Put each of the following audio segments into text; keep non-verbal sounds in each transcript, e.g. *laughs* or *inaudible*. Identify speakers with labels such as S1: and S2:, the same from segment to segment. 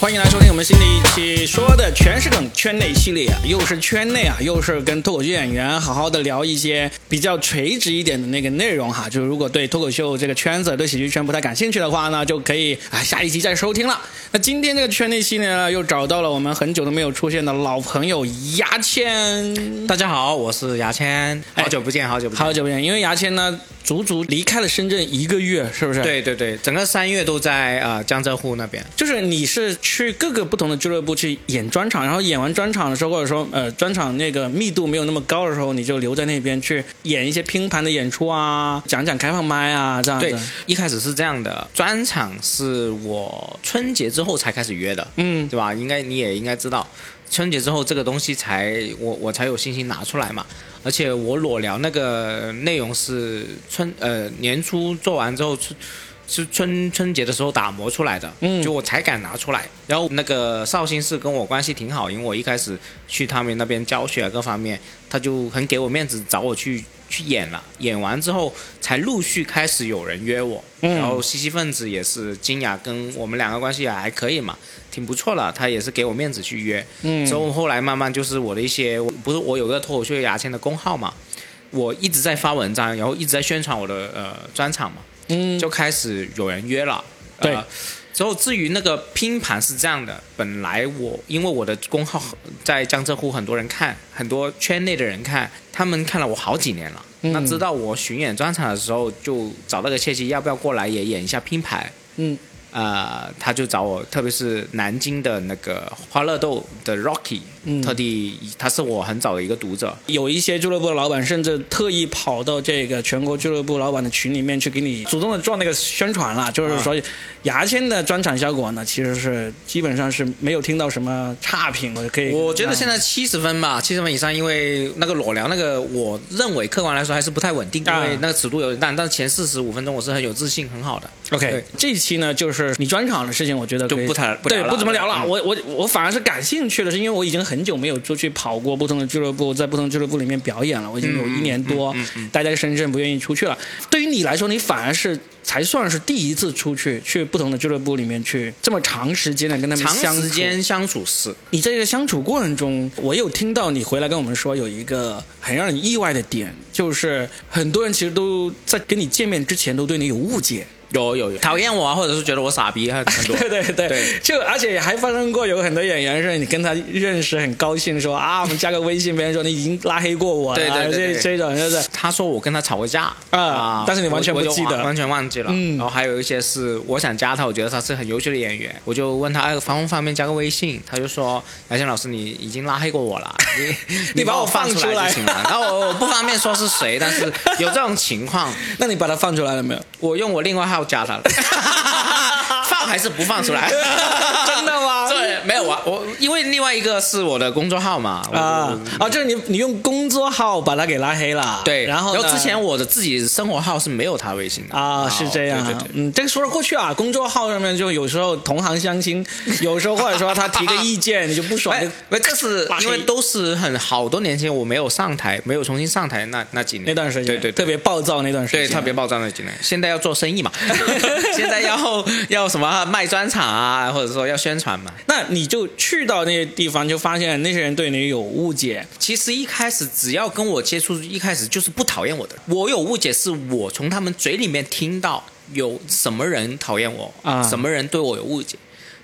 S1: 欢迎来收听我们新的一期，说的全是梗，圈内系列啊，又是圈内啊，又是跟脱口秀演员好好的聊一些比较垂直一点的那个内容哈。就是如果对脱口秀这个圈子、对喜剧圈不太感兴趣的话呢，就可以啊下一集再收听了。那今天这个圈内系列呢，又找到了我们很久都没有出现的老朋友牙签，
S2: 大家好，我是牙签，
S1: 哎
S2: 好久不见，好久不见。
S1: 好久不见，因为牙签呢足足离开了深圳一个月，是不是？。
S2: 对对对，整个三月都在呃江浙沪那边。
S1: 就是你是去各个不同的俱乐部去演专场，然后演完专场的时候，或者说呃专场那个密度没有那么高的时候，你就留在那边去演一些拼盘的演出啊，讲讲开放麦啊这样
S2: 对
S1: 子。，
S2: 一开始是这样的，专场是我春节之后才开始约的，
S1: 嗯，
S2: 对吧？应该你也应该知道，春节之后这个东西才我我才有信心拿出来嘛。而且我裸聊那个内容是春呃年初做完之后春。是春春节的时候打磨出来的，
S1: 嗯
S2: 就我才敢拿出来。然后那个绍兴市跟我关系挺好，因为我一开始去他们那边教学啊各方面，他就很给我面子，找我去去演了。演完之后，才陆续开始有人约我。
S1: 嗯
S2: 然后西西分子也是金雅跟我们两个关系也还可以嘛，挺不错了。他也是给我面子去约。
S1: 嗯
S2: 之后后来慢慢就是我的一些，不是我有个脱口秀牙签的公号嘛，我一直在发文章，然后一直在宣传我的呃专场嘛，
S1: 嗯，
S2: 就开始有人约了。呃
S1: 对
S2: 之后，至于那个拼盘是这样的，本来我因为我的公号在江浙沪很多人看，很多圈内的人看，他们看了我好几年了。
S1: 嗯
S2: 那知道我巡演专场的时候，就找到个切记要不要过来也演一下拼盘。
S1: 嗯，
S2: 呃，他就找我，特别是南京的那个花乐豆的 Rocky，、特
S1: 嗯
S2: 地他是我很早的一个读者，
S1: 有一些俱乐部的老板甚至特意跑到这个全国俱乐部老板的群里面去给你主动的做那个宣传了，就是说
S2: 啊
S1: 牙签的专场效果呢，其实是基本上是没有听到什么差评，我可以。
S2: 我觉得现在七十分吧，七十分以上，因为那个裸聊那个，我认为客观来说还是不太稳定，因
S1: 啊
S2: 为那个尺度有点大。但是前四十五分钟我是很有自信，很好的。
S1: OK，
S2: 对
S1: 这一期呢就是你专场的事情，我觉得可以
S2: 就不谈不聊
S1: 对
S2: 了
S1: 不怎么聊了。
S2: 嗯
S1: 我我我反而是感兴趣的，是因为我已经很久没有出去跑过不同的俱乐部，在不同俱乐部里面表演了，我已经有一年
S2: 嗯
S1: 多待在深圳，不愿意出去了。对于你来说，你反而是才算是第一次出去去不同的俱乐部里面去这么长时间的跟他们
S2: 长
S1: 相处
S2: 时。间相处是，
S1: 你在这个相处过程中，我有听到你回来跟我们说有一个很让人意外的点，就是很多人其实都在跟你见面之前都对你有误解。
S2: 有有有讨厌我啊，或者是觉得我傻逼啊很 *laughs* 很多。
S1: 对对对，
S2: 对
S1: 就而且还发生过有很多演员是你跟他认识很高兴说啊，
S2: *laughs*
S1: 我们加个微信，别人说你已经拉黑过我了，
S2: 对对对对
S1: 这这种就是
S2: 他说我跟他吵过架
S1: 啊但是你完全
S2: 我我
S1: 不
S2: 就
S1: 记得
S2: 完完全忘记了。
S1: 嗯
S2: 然后还有一些是我想加他，我觉得他是很优秀的演员，我就问他哎方不方便加个微信，他就说杨倩老师你已经拉黑过我了，
S1: *laughs*
S2: 你
S1: 你把
S2: 把
S1: 我放
S2: 放
S1: 出来
S2: 来就行了。然后我我不方便说是谁，但是有这种情况，
S1: 那你把他放出来了没有？
S2: 我用我另外号加他了， *laughs* 放还是不放出来？
S1: *laughs* 真的吗
S2: 对，没有我我因为另外一个是我的工作号嘛，我
S1: 啊啊，就是你你用工作号把他给拉黑了，
S2: 对，
S1: 然后
S2: 然
S1: 呢
S2: 后之前我的自己生活号是没有他微信的
S1: 啊是这样啊，
S2: 对对对
S1: 嗯，这个说得过去啊，工作号上面就有时候同行相亲，有时候或者说他提个意见你就不爽，
S2: 哎
S1: 就，
S2: 不，这是
S1: 拉黑
S2: 因为都是很好多年前我没有上台，没有重新上台那那几年
S1: 那段时间
S2: 对对
S1: 特
S2: 对
S1: 别啊暴躁那段时
S2: 对
S1: 间，
S2: 特别暴躁那几年。现在要做生意嘛， *laughs* 现在要要什么卖专场啊，或者说要宣传嘛。
S1: 那你就去到那些地方，就发现那些人对你有误解，
S2: 其实一开始只要跟我接触，一开始就是不讨厌我的人。我有误解，是我从他们嘴里面听到有什么人讨厌我
S1: 啊
S2: 什么人对我有误解。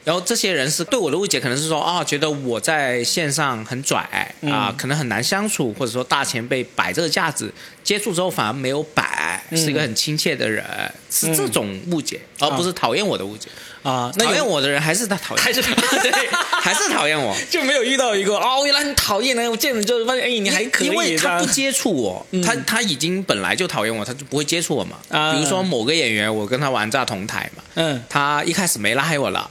S2: 然后这些人是对我的误解，可能是说啊、觉得我在线上很拽啊、
S1: 嗯
S2: 可能很难相处，或者说大前辈摆这个架子，接触之后反而没有摆，
S1: 嗯
S2: 是一个很亲切的人，是这种误解，而不是讨厌我的误解。
S1: 啊，嗯那
S2: 讨
S1: 有
S2: 厌我的人还是他讨厌，*laughs*
S1: 还是
S2: 对，还是讨厌我。
S1: 就没有遇到一个哦，原来很讨厌的，我见了之后发现，哎，你还可以，
S2: 因为他不
S1: 这样
S2: 接触我，他他已经本来就讨厌我，他就不会接触我嘛。
S1: 啊
S2: 比如说某个演员，我跟他玩炸同台嘛，
S1: 嗯
S2: 他一开始没拉黑我了，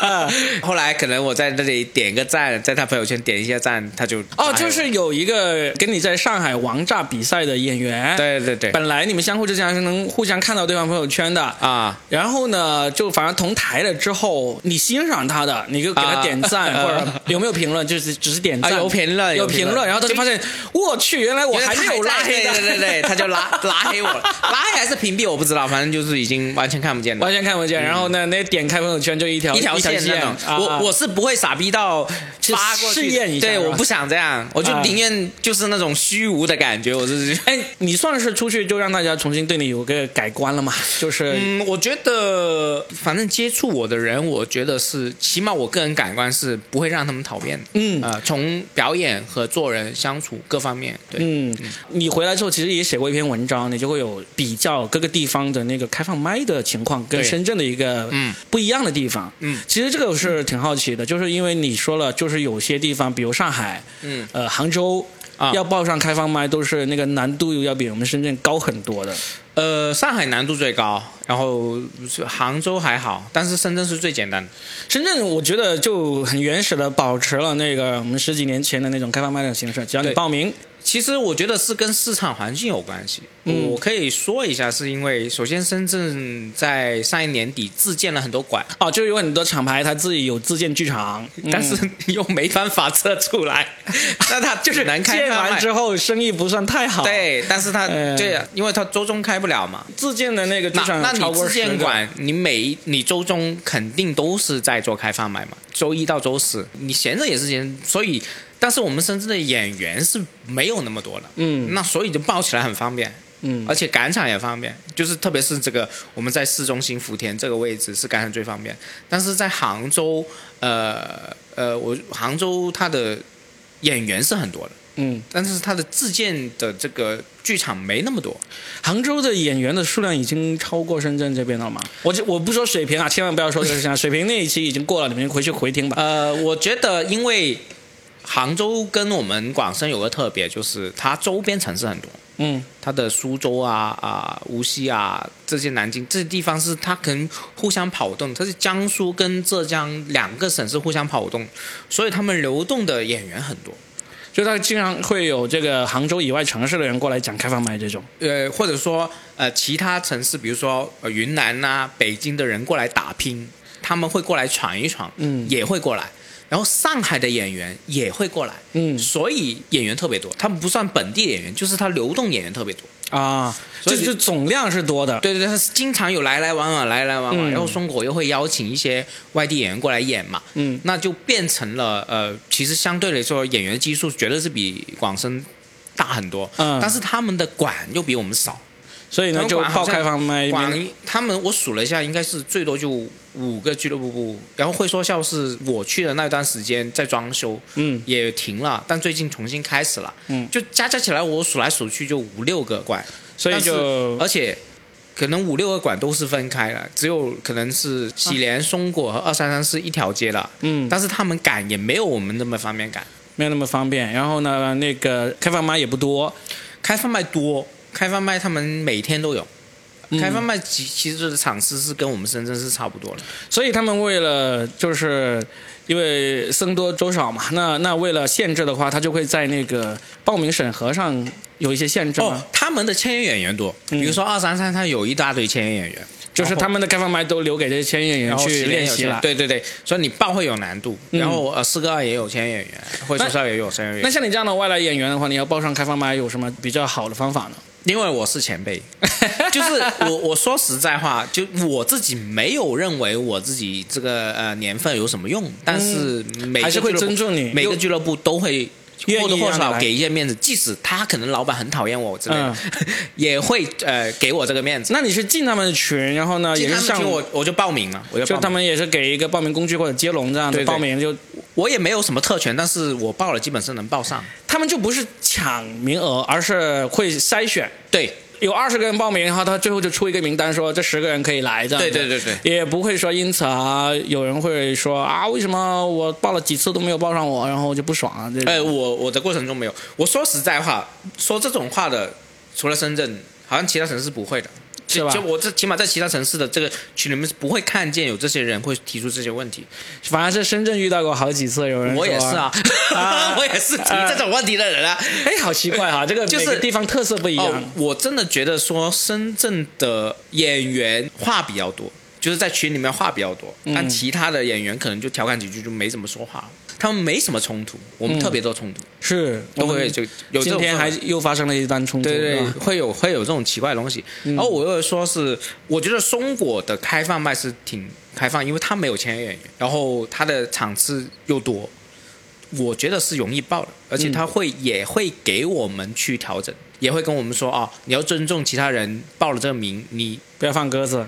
S1: 啊
S2: *laughs* 后来可能我在那里点个赞，在他朋友圈点一下赞，他就
S1: 哦，
S2: 拉黑
S1: 就
S2: 我
S1: 是有一个跟你在上海王炸比赛的演员，，
S2: 对对对
S1: 本来你们相互之间还是能互相看到对方朋友圈的。
S2: 啊，
S1: 然后呢，就反正同台了之后，你欣赏他的，了，你就给他点赞、
S2: 啊
S1: 或者有没有评论，就是只是点赞，
S2: 啊有评论
S1: 有
S2: 有评论
S1: 然后他就发现我去，原来我还没有拉黑
S2: 对
S1: 的，
S2: 对对对，他就拉拉黑我了，拉黑还是屏蔽我不知道，反正就是已经完全看不见
S1: 完
S2: 了。
S1: 全看不见。然后呢，那点开朋友圈就一条
S2: 嗯一条线那种，
S1: 啊啊
S2: 我我是不会傻逼到
S1: 就
S2: 发过去的
S1: 试验一下
S2: 对，
S1: 是吧
S2: 我不想这样，我就
S1: 啊
S2: 宁愿就是那种虚无的感觉，我是。
S1: 哎，你算是出去就让大家重新对你有个改观了嘛？就是、
S2: 嗯，我觉得反正接触我的人，我觉得是起码我个人感官是不会让他们讨厌的。
S1: 嗯
S2: 呃，从表演和做人相处各方面，对，
S1: 嗯，你回来之后其实也写过一篇文章，你就会有比较各个地方的那个开放麦的情况跟
S2: 对
S1: 深圳的一个
S2: 嗯
S1: 不一样的地方。
S2: 嗯
S1: 其实这个我是挺好奇的，就是因为你说了，就是有些地方，比如上海、
S2: 嗯
S1: 呃杭州。
S2: 啊
S1: 要报上开放麦都是那个难度要比我们深圳高很多的，
S2: 呃，上海难度最高，然后是杭州还好，但是深圳是最简单的。
S1: 深圳我觉得就很原始的保持了那个我们十几年前的那种开放麦的形式，只要你
S2: 对
S1: 报名，
S2: 其实我觉得是跟市场环境有关系。
S1: 嗯
S2: 我可以说一下，是因为首先深圳在上一年底自建了很多馆，
S1: 哦，就有很多厂牌他自己有自建剧场，
S2: 但
S1: 嗯 *laughs*
S2: 是又没办法测出来，那他就是能开
S1: 建
S2: 开
S1: 完
S2: 卖
S1: 之后生意不算太好，，
S2: 对，但是他
S1: 嗯
S2: 对呀，因为他周中开不了嘛。
S1: 自建的那个剧
S2: 那
S1: 场
S2: 那
S1: 超
S2: 你
S1: 过
S2: 自
S1: 10
S2: 建
S1: 个，
S2: 馆，你每一你周中肯定都是在做开放麦嘛，周一到周四你闲着也是闲，所以但是我们深圳的演员是没有那么多的，
S1: 嗯
S2: 那所以就报起来很方便，
S1: 嗯
S2: 而且赶场也方便，就是特别是这个我们在市中心福田这个位置是赶场最方便，但是在杭州，呃呃，我杭州它的演员是很多的，
S1: 嗯，
S2: 但是它的自建的这个剧场没那么多，
S1: 杭州的演员的数量已经超过深圳这边了嘛？我这我不说水平啊，千万不要说这个事情啊，水平那一期已经过了，你们回去回听吧。
S2: 呃，我觉得因为杭州跟我们广深有个特别，就是它周边城市很多，
S1: 嗯
S2: 它的苏州啊啊、无锡啊这些南京这些地方是它可能互相跑动，它是江苏跟浙江两个省市互相跑动，所以他们流动的演员很多。
S1: 就他经常会有这个杭州以外城市的人过来讲开放麦这种。
S2: 呃，或者说呃，其他城市，比如说、呃、云南呐、北京的人过来打拼，他们会过来闯一闯，
S1: 嗯
S2: 也会过来。然后上海的演员也会过来，
S1: 嗯
S2: 所以演员特别多，他们不算本地演员，就是他流动演员特别多。
S1: 啊，
S2: 所
S1: 这
S2: 以
S1: 就总量是多的。
S2: 对对对，他是经常有来来往往，来来往往，
S1: 嗯
S2: 然后松果又会邀请一些外地演员过来演嘛，
S1: 嗯
S2: 那就变成了呃，其实相对来说演员基数绝对是比广深大很多，
S1: 嗯
S2: 但是他们的馆又比我们少，
S1: 所以呢，就报开放麦，
S2: 广一他们我数了一下，应该是最多就五个俱乐部，然后会说笑是我去的那段时间在装修，
S1: 嗯
S2: 也停了，但最近重新开始了，
S1: 嗯
S2: 就加加起来我数来数去就五六个馆，
S1: 所以
S2: 但是
S1: 就
S2: 而且。可能五六个馆都是分开了，只有可能是喜莲、松果和二三三是一条街了。
S1: 嗯
S2: 但是他们赶也没有我们那么方便赶，
S1: 没有那么方便。然后呢，那个开放麦也不多。
S2: 开放麦多，开放麦他们每天都有，
S1: 嗯
S2: 开放麦其其实的场次是跟我们深圳是差不多的。
S1: 所以他们为了就是因为僧多粥少嘛，那那为了限制的话，他就会在那个报名审核上有一些限制嘛，
S2: 哦，他们的签约演员多，
S1: 嗯
S2: 比如说二三三，他有一大堆签约演员，
S1: 就是他们的开放麦都留给这些签约演
S2: 然
S1: 员
S2: 后
S1: 去
S2: 喜莲
S1: 练
S2: 有
S1: 习
S2: 签
S1: 了。，
S2: 对对对，所以你报会有难度。
S1: 嗯
S2: 然后呃，四个二也有签约演员，会说笑也有签约演
S1: 那
S2: 员。
S1: 像你这样的外来演员的话，你要报上开放麦有什么比较好的方法呢？
S2: 因为我是前辈， *laughs* 就是我我说实在话，就我自己没有认为我自己这个呃年份有什么用，但哎是每个
S1: 嗯还是会
S2: 俱乐部
S1: 尊重你
S2: 每个俱乐部都会。
S1: 愿意
S2: 或多或
S1: 让你
S2: 少
S1: 来嗯
S2: 给一些面子，即使他可能老板很讨厌我之类的， *laughs* 也会呃给我这个面子。
S1: 那你是进他们的群，然后呢呃也
S2: 他
S1: 是
S2: 们
S1: 上
S2: 群我我就报名了，我就
S1: 就
S2: 报名
S1: 他们也是给一个报名工具或者接龙这样的
S2: 对对
S1: 报名就
S2: 我也没有什么特权，但是我报了基本上能报上。
S1: 他们就不是抢名额，而是会筛选。
S2: 对，
S1: 有二十个人报名，然后他最后就出一个名单，说这十个人可以来这样子。
S2: 对对对
S1: 对，也不会说因此啊，有人会说啊，为什么我报了几次都没有报上我，然后我就不爽啊？这种
S2: 呃，我我的过程中没有。我说实在话，说这种话的，除了深圳，好像其他城市不会的，
S1: 是吧
S2: 就我这起码在其他城市的这个群里面是不会看见有这些人会提出这些问题。
S1: 反而是深圳遇到过好几次有人说
S2: 我也是啊，
S1: *laughs* 啊
S2: *laughs* 我也是提这种问题的人啊。哦
S1: 哎，好奇怪哈、这个
S2: *laughs* 就是
S1: 每个地方特色不一样。
S2: 哦，我真的觉得说深圳的演员话比较多，就是在群里面话比较多，
S1: 嗯
S2: 但其他的演员可能就调侃几句就没怎么说话，他们没什么冲突，我们特别多冲突，
S1: 是，
S2: 都
S1: 嗯我
S2: 会
S1: 们
S2: 就有这
S1: 今
S2: 种
S1: 天
S2: 氛
S1: 还
S2: 围
S1: 又发生了一单冲突，
S2: 对
S1: 是
S2: 对，
S1: 吧嗯
S2: 会有会有这种奇怪的东西。然后我又说是，我觉得松果的开放麦是挺开放，因为他没有签约演员，然后他的场次又多，我觉得是容易爆的，而
S1: 嗯
S2: 且他会、也会给我们去调整，也会跟我们说啊，你要尊重其他人报了这个名，你
S1: 不要放鸽子，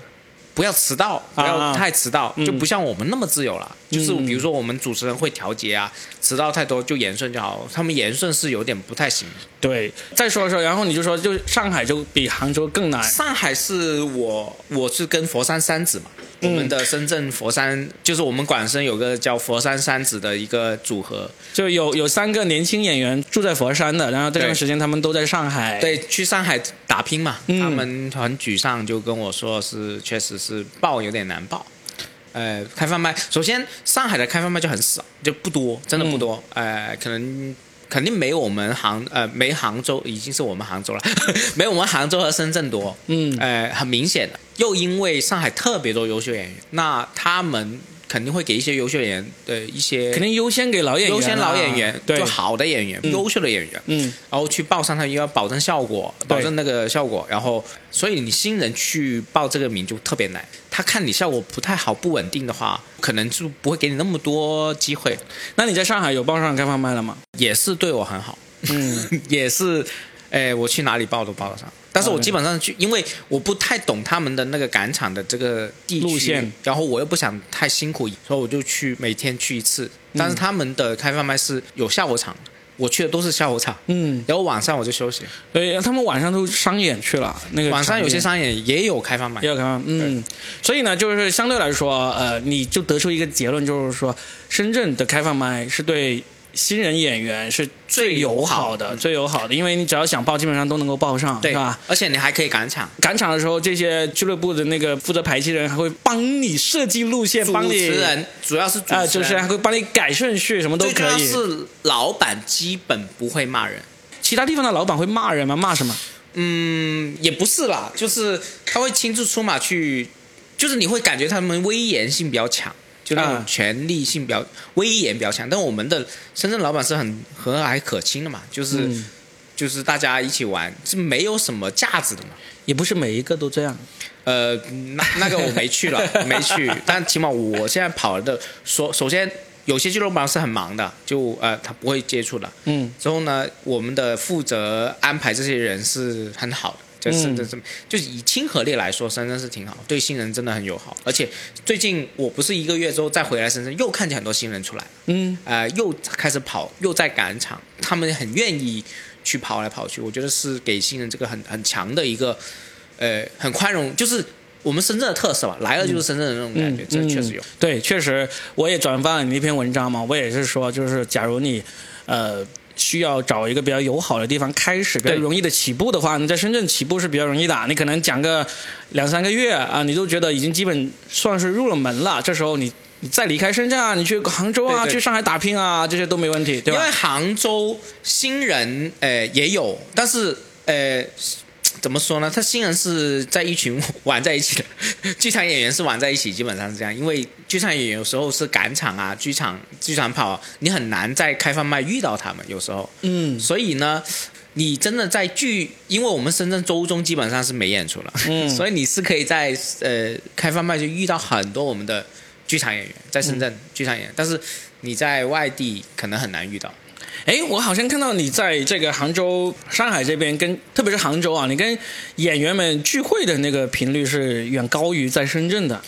S2: 不要迟到，不
S1: 啊
S2: 要太迟到，
S1: 嗯
S2: 就不像我们那么自由了。就是比如说我们主持人会调节啊，迟到太多就言顺就好，他们言顺是有点不太行。
S1: 对，再说说，然后你就说，就上海就比杭州更难，
S2: 上海是我，我是跟佛山三子嘛，我们的深圳佛山就是我们广深有个叫佛山三子的一个组合，
S1: 就有有三个年轻演员住在佛山的，然后这段
S2: 对
S1: 时间他们都在上海，
S2: 对，去上海打拼嘛，
S1: 哎嗯
S2: 他们很沮丧，就跟我说是确实是报有点难报。呃，开放麦，首先上海的开放麦就很少，就不多，真的不多。呃，可能肯定没我们杭呃没杭州，已经是我们杭州了， *laughs* 没我们杭州和深圳多。
S1: 嗯
S2: 呃，很明显的，又因为上海特别多优秀演员，那他们肯定会给一些优秀演员的一些
S1: 肯定优先给老演员啊，
S2: 优先老演员，
S1: 对
S2: 就，好的演员，优秀的演员，
S1: 嗯，
S2: 然后去报上，他又要保证效果，
S1: 对
S2: 保证那个效果，然后所以你新人去报这个名就特别难。他看你效果不太好、不稳定的话，可能就不会给你那么多机会，
S1: 那你在上海有报上开放麦了吗？
S2: 也是对我很好，
S1: 嗯，
S2: 也是，哎，我去哪里报都报得上。但是我基本上
S1: 嗯
S2: 去，因为我不太懂他们的那个赶场的这个地区
S1: 路线，
S2: 然后我又不想太辛苦，所以我就去每天去一次。
S1: 嗯
S2: 但是他们的开放麦是有下午场的，我去的都是下午场，
S1: 嗯，
S2: 然后晚上我就休息。
S1: 所以他们晚上都商演去了，那个
S2: 晚上有些
S1: 场
S2: 商演也有开放麦
S1: 地。也有开放，嗯，所以呢，就是相对来说，呃，你就得出一个结论，就是说深圳的开放麦是对。新人演员是最友好的，最友好的，因为你只要想报，基本上都能够报上，
S2: 嗯对
S1: 是吧？？
S2: 而且你还可以赶场，
S1: 赶场的时候，这些俱乐部的那个负责排期的人还会帮你设计路线，
S2: 主
S1: 帮你
S2: 持人主要是主持
S1: 啊、
S2: 人，
S1: 主持人还会帮你改顺序，什么都
S2: 最重
S1: 可
S2: 要
S1: 以。
S2: 是老板基本不会骂人，
S1: 其他地方的老板会骂人吗？骂什么？
S2: 嗯，也不是啦，就是他会亲自出马去，就是你会感觉他们威严性比较强，就那
S1: 啊
S2: 种权力性比较、威严比较强。但我们的深圳老板是很和蔼可亲的嘛，就是、
S1: 嗯
S2: 就是大家一起玩是没有什么架子的嘛。
S1: 也不是每一个都这样。
S2: 呃，那那个我没去了， *laughs* 没去。但起码我现在跑的，首首先有些俱乐部是很忙的，就呃他不会接触的。
S1: 嗯，
S2: 之后呢，我们的负责安排这些人是很好的。就是
S1: 嗯
S2: 这这，就是以亲和力来说，深圳是挺好，对新人真的很友好。而且最近我不是一个月之后再回来深圳，又看见很多新人出来，
S1: 嗯，
S2: 呃，又开始跑，又在赶场，他们很愿意去跑来跑去。我觉得是给新人这个很很强的一个，呃，很宽容，就是我们深圳的特色吧，来了就是深圳的那种感
S1: 嗯
S2: 觉，这确实有。
S1: 对，确实，我也转发了你那篇文章嘛，我也是说，就是假如你，呃。需要找一个比较友好的地方开始，比较
S2: 对
S1: 容易的起步的话，你在深圳起步是比较容易的。你可能讲个两三个月啊，你都觉得已经基本算是入了门了。这时候你你再离开深圳啊，你去杭州啊，
S2: 对对
S1: 去上海打拼啊，这些都没问题，对
S2: 因
S1: 吧
S2: 为？杭州新人呃也有，但是呃。怎么说呢？他新人是在一群玩在一起的，剧场演员是玩在一起，基本上是这样。因为剧场演员有时候是赶场啊，剧场剧场跑啊，你很难在开放麦遇到他们，有时候。
S1: 嗯
S2: 所以呢，你真的在剧，因为我们深圳周中基本上是没演出了，
S1: 嗯
S2: 所以你是可以在呃开放麦就遇到很多我们的剧场演员，在深圳、剧场演员，但是你在外地可能很难遇到。
S1: 哎，我好像看到你在这个杭州、上海这边跟，特别是杭州啊，你跟演员们聚会的那个频率是远高于在深圳的。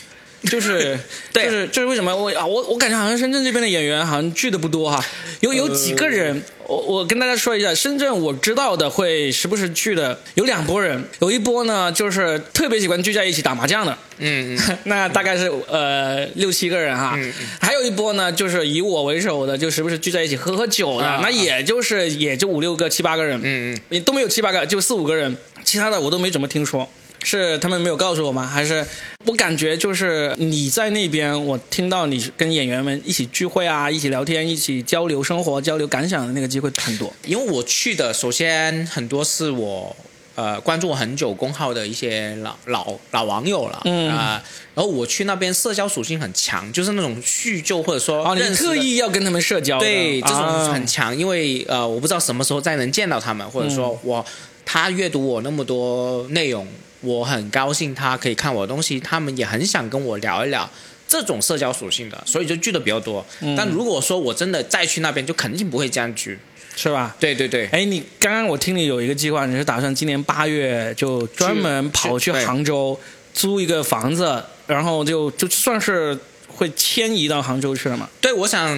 S1: 就是，
S2: 对
S1: 就是，就是为什么我啊，我我感觉好像深圳这边的演员好像聚的不多哈，有有几个人，我我跟大家说一下，深圳我知道的会时不时聚的有两拨人，有一波呢就是特别喜欢聚在一起打麻将的，
S2: 嗯，嗯 *laughs*
S1: *laughs* 那大概是呃六七个人哈，还有一波呢，就是以我为首的，就时不时聚在一起喝喝酒的，
S2: 啊
S1: 那也就是也就五六个、七八个人，
S2: 嗯嗯，
S1: 也都没有七八个，就四五个人，其他的我都没怎么听说。是他们没有告诉我吗？还是我感觉就是你在那边，我听到你跟演员们一起聚会啊，一起聊天，一起交流生活、交流感想的那个机会很多。
S2: 因为我去的，首先很多是我呃关注我很久公号的一些老老老网友了，
S1: 嗯
S2: 啊、然后我去那边社交属性很强，就是那种叙旧或者说
S1: 哦，
S2: 认
S1: 你
S2: 识的
S1: 特意要跟他们社交的，
S2: 对，这种很
S1: 啊
S2: 强，因为呃，我不知道什么时候再能见到他们，或者说
S1: 嗯
S2: 我、他阅读我那么多内容，我很高兴他可以看我的东西，他们也很想跟我聊一聊。这种社交属性的，所以就聚的比较多。
S1: 嗯
S2: 但如果说我真的再去那边，就肯定不会这样聚。
S1: 是吧？
S2: 对对对，
S1: 哎，你刚刚我听你有一个计划，你是打算今年八月就专门跑去哎
S2: 去对
S1: 杭州租一个房子，然后就就算是会迁移到杭州去了嘛？
S2: 对，我想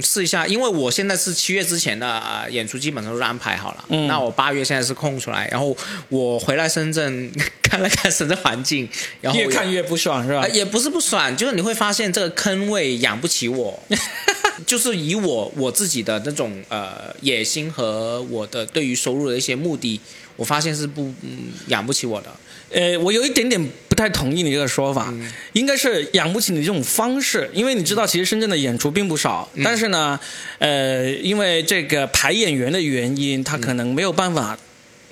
S2: 试一下，因为我现在是七月之前的、呃演出基本上都是安排好了，
S1: 嗯
S2: 那我八月现在是空出来，然后我回来深圳看了看深圳环
S1: *laughs*
S2: 境，然后
S1: 越
S2: 也
S1: 看越不爽是吧
S2: 呃，？也不是不爽，就是你会发现这个坑位养不起我，
S1: *laughs*
S2: 就是以我我自己的那种呃野心和我的对于收入的一些目的，我发现是不、嗯、养不起我的。
S1: 呃，我有一点点不太同意你这个说法，应该是养不起你这种方式，因为你知道，其实深圳的演出并不少，但是呢，呃，因为这个排演员的原因，他可能没有办法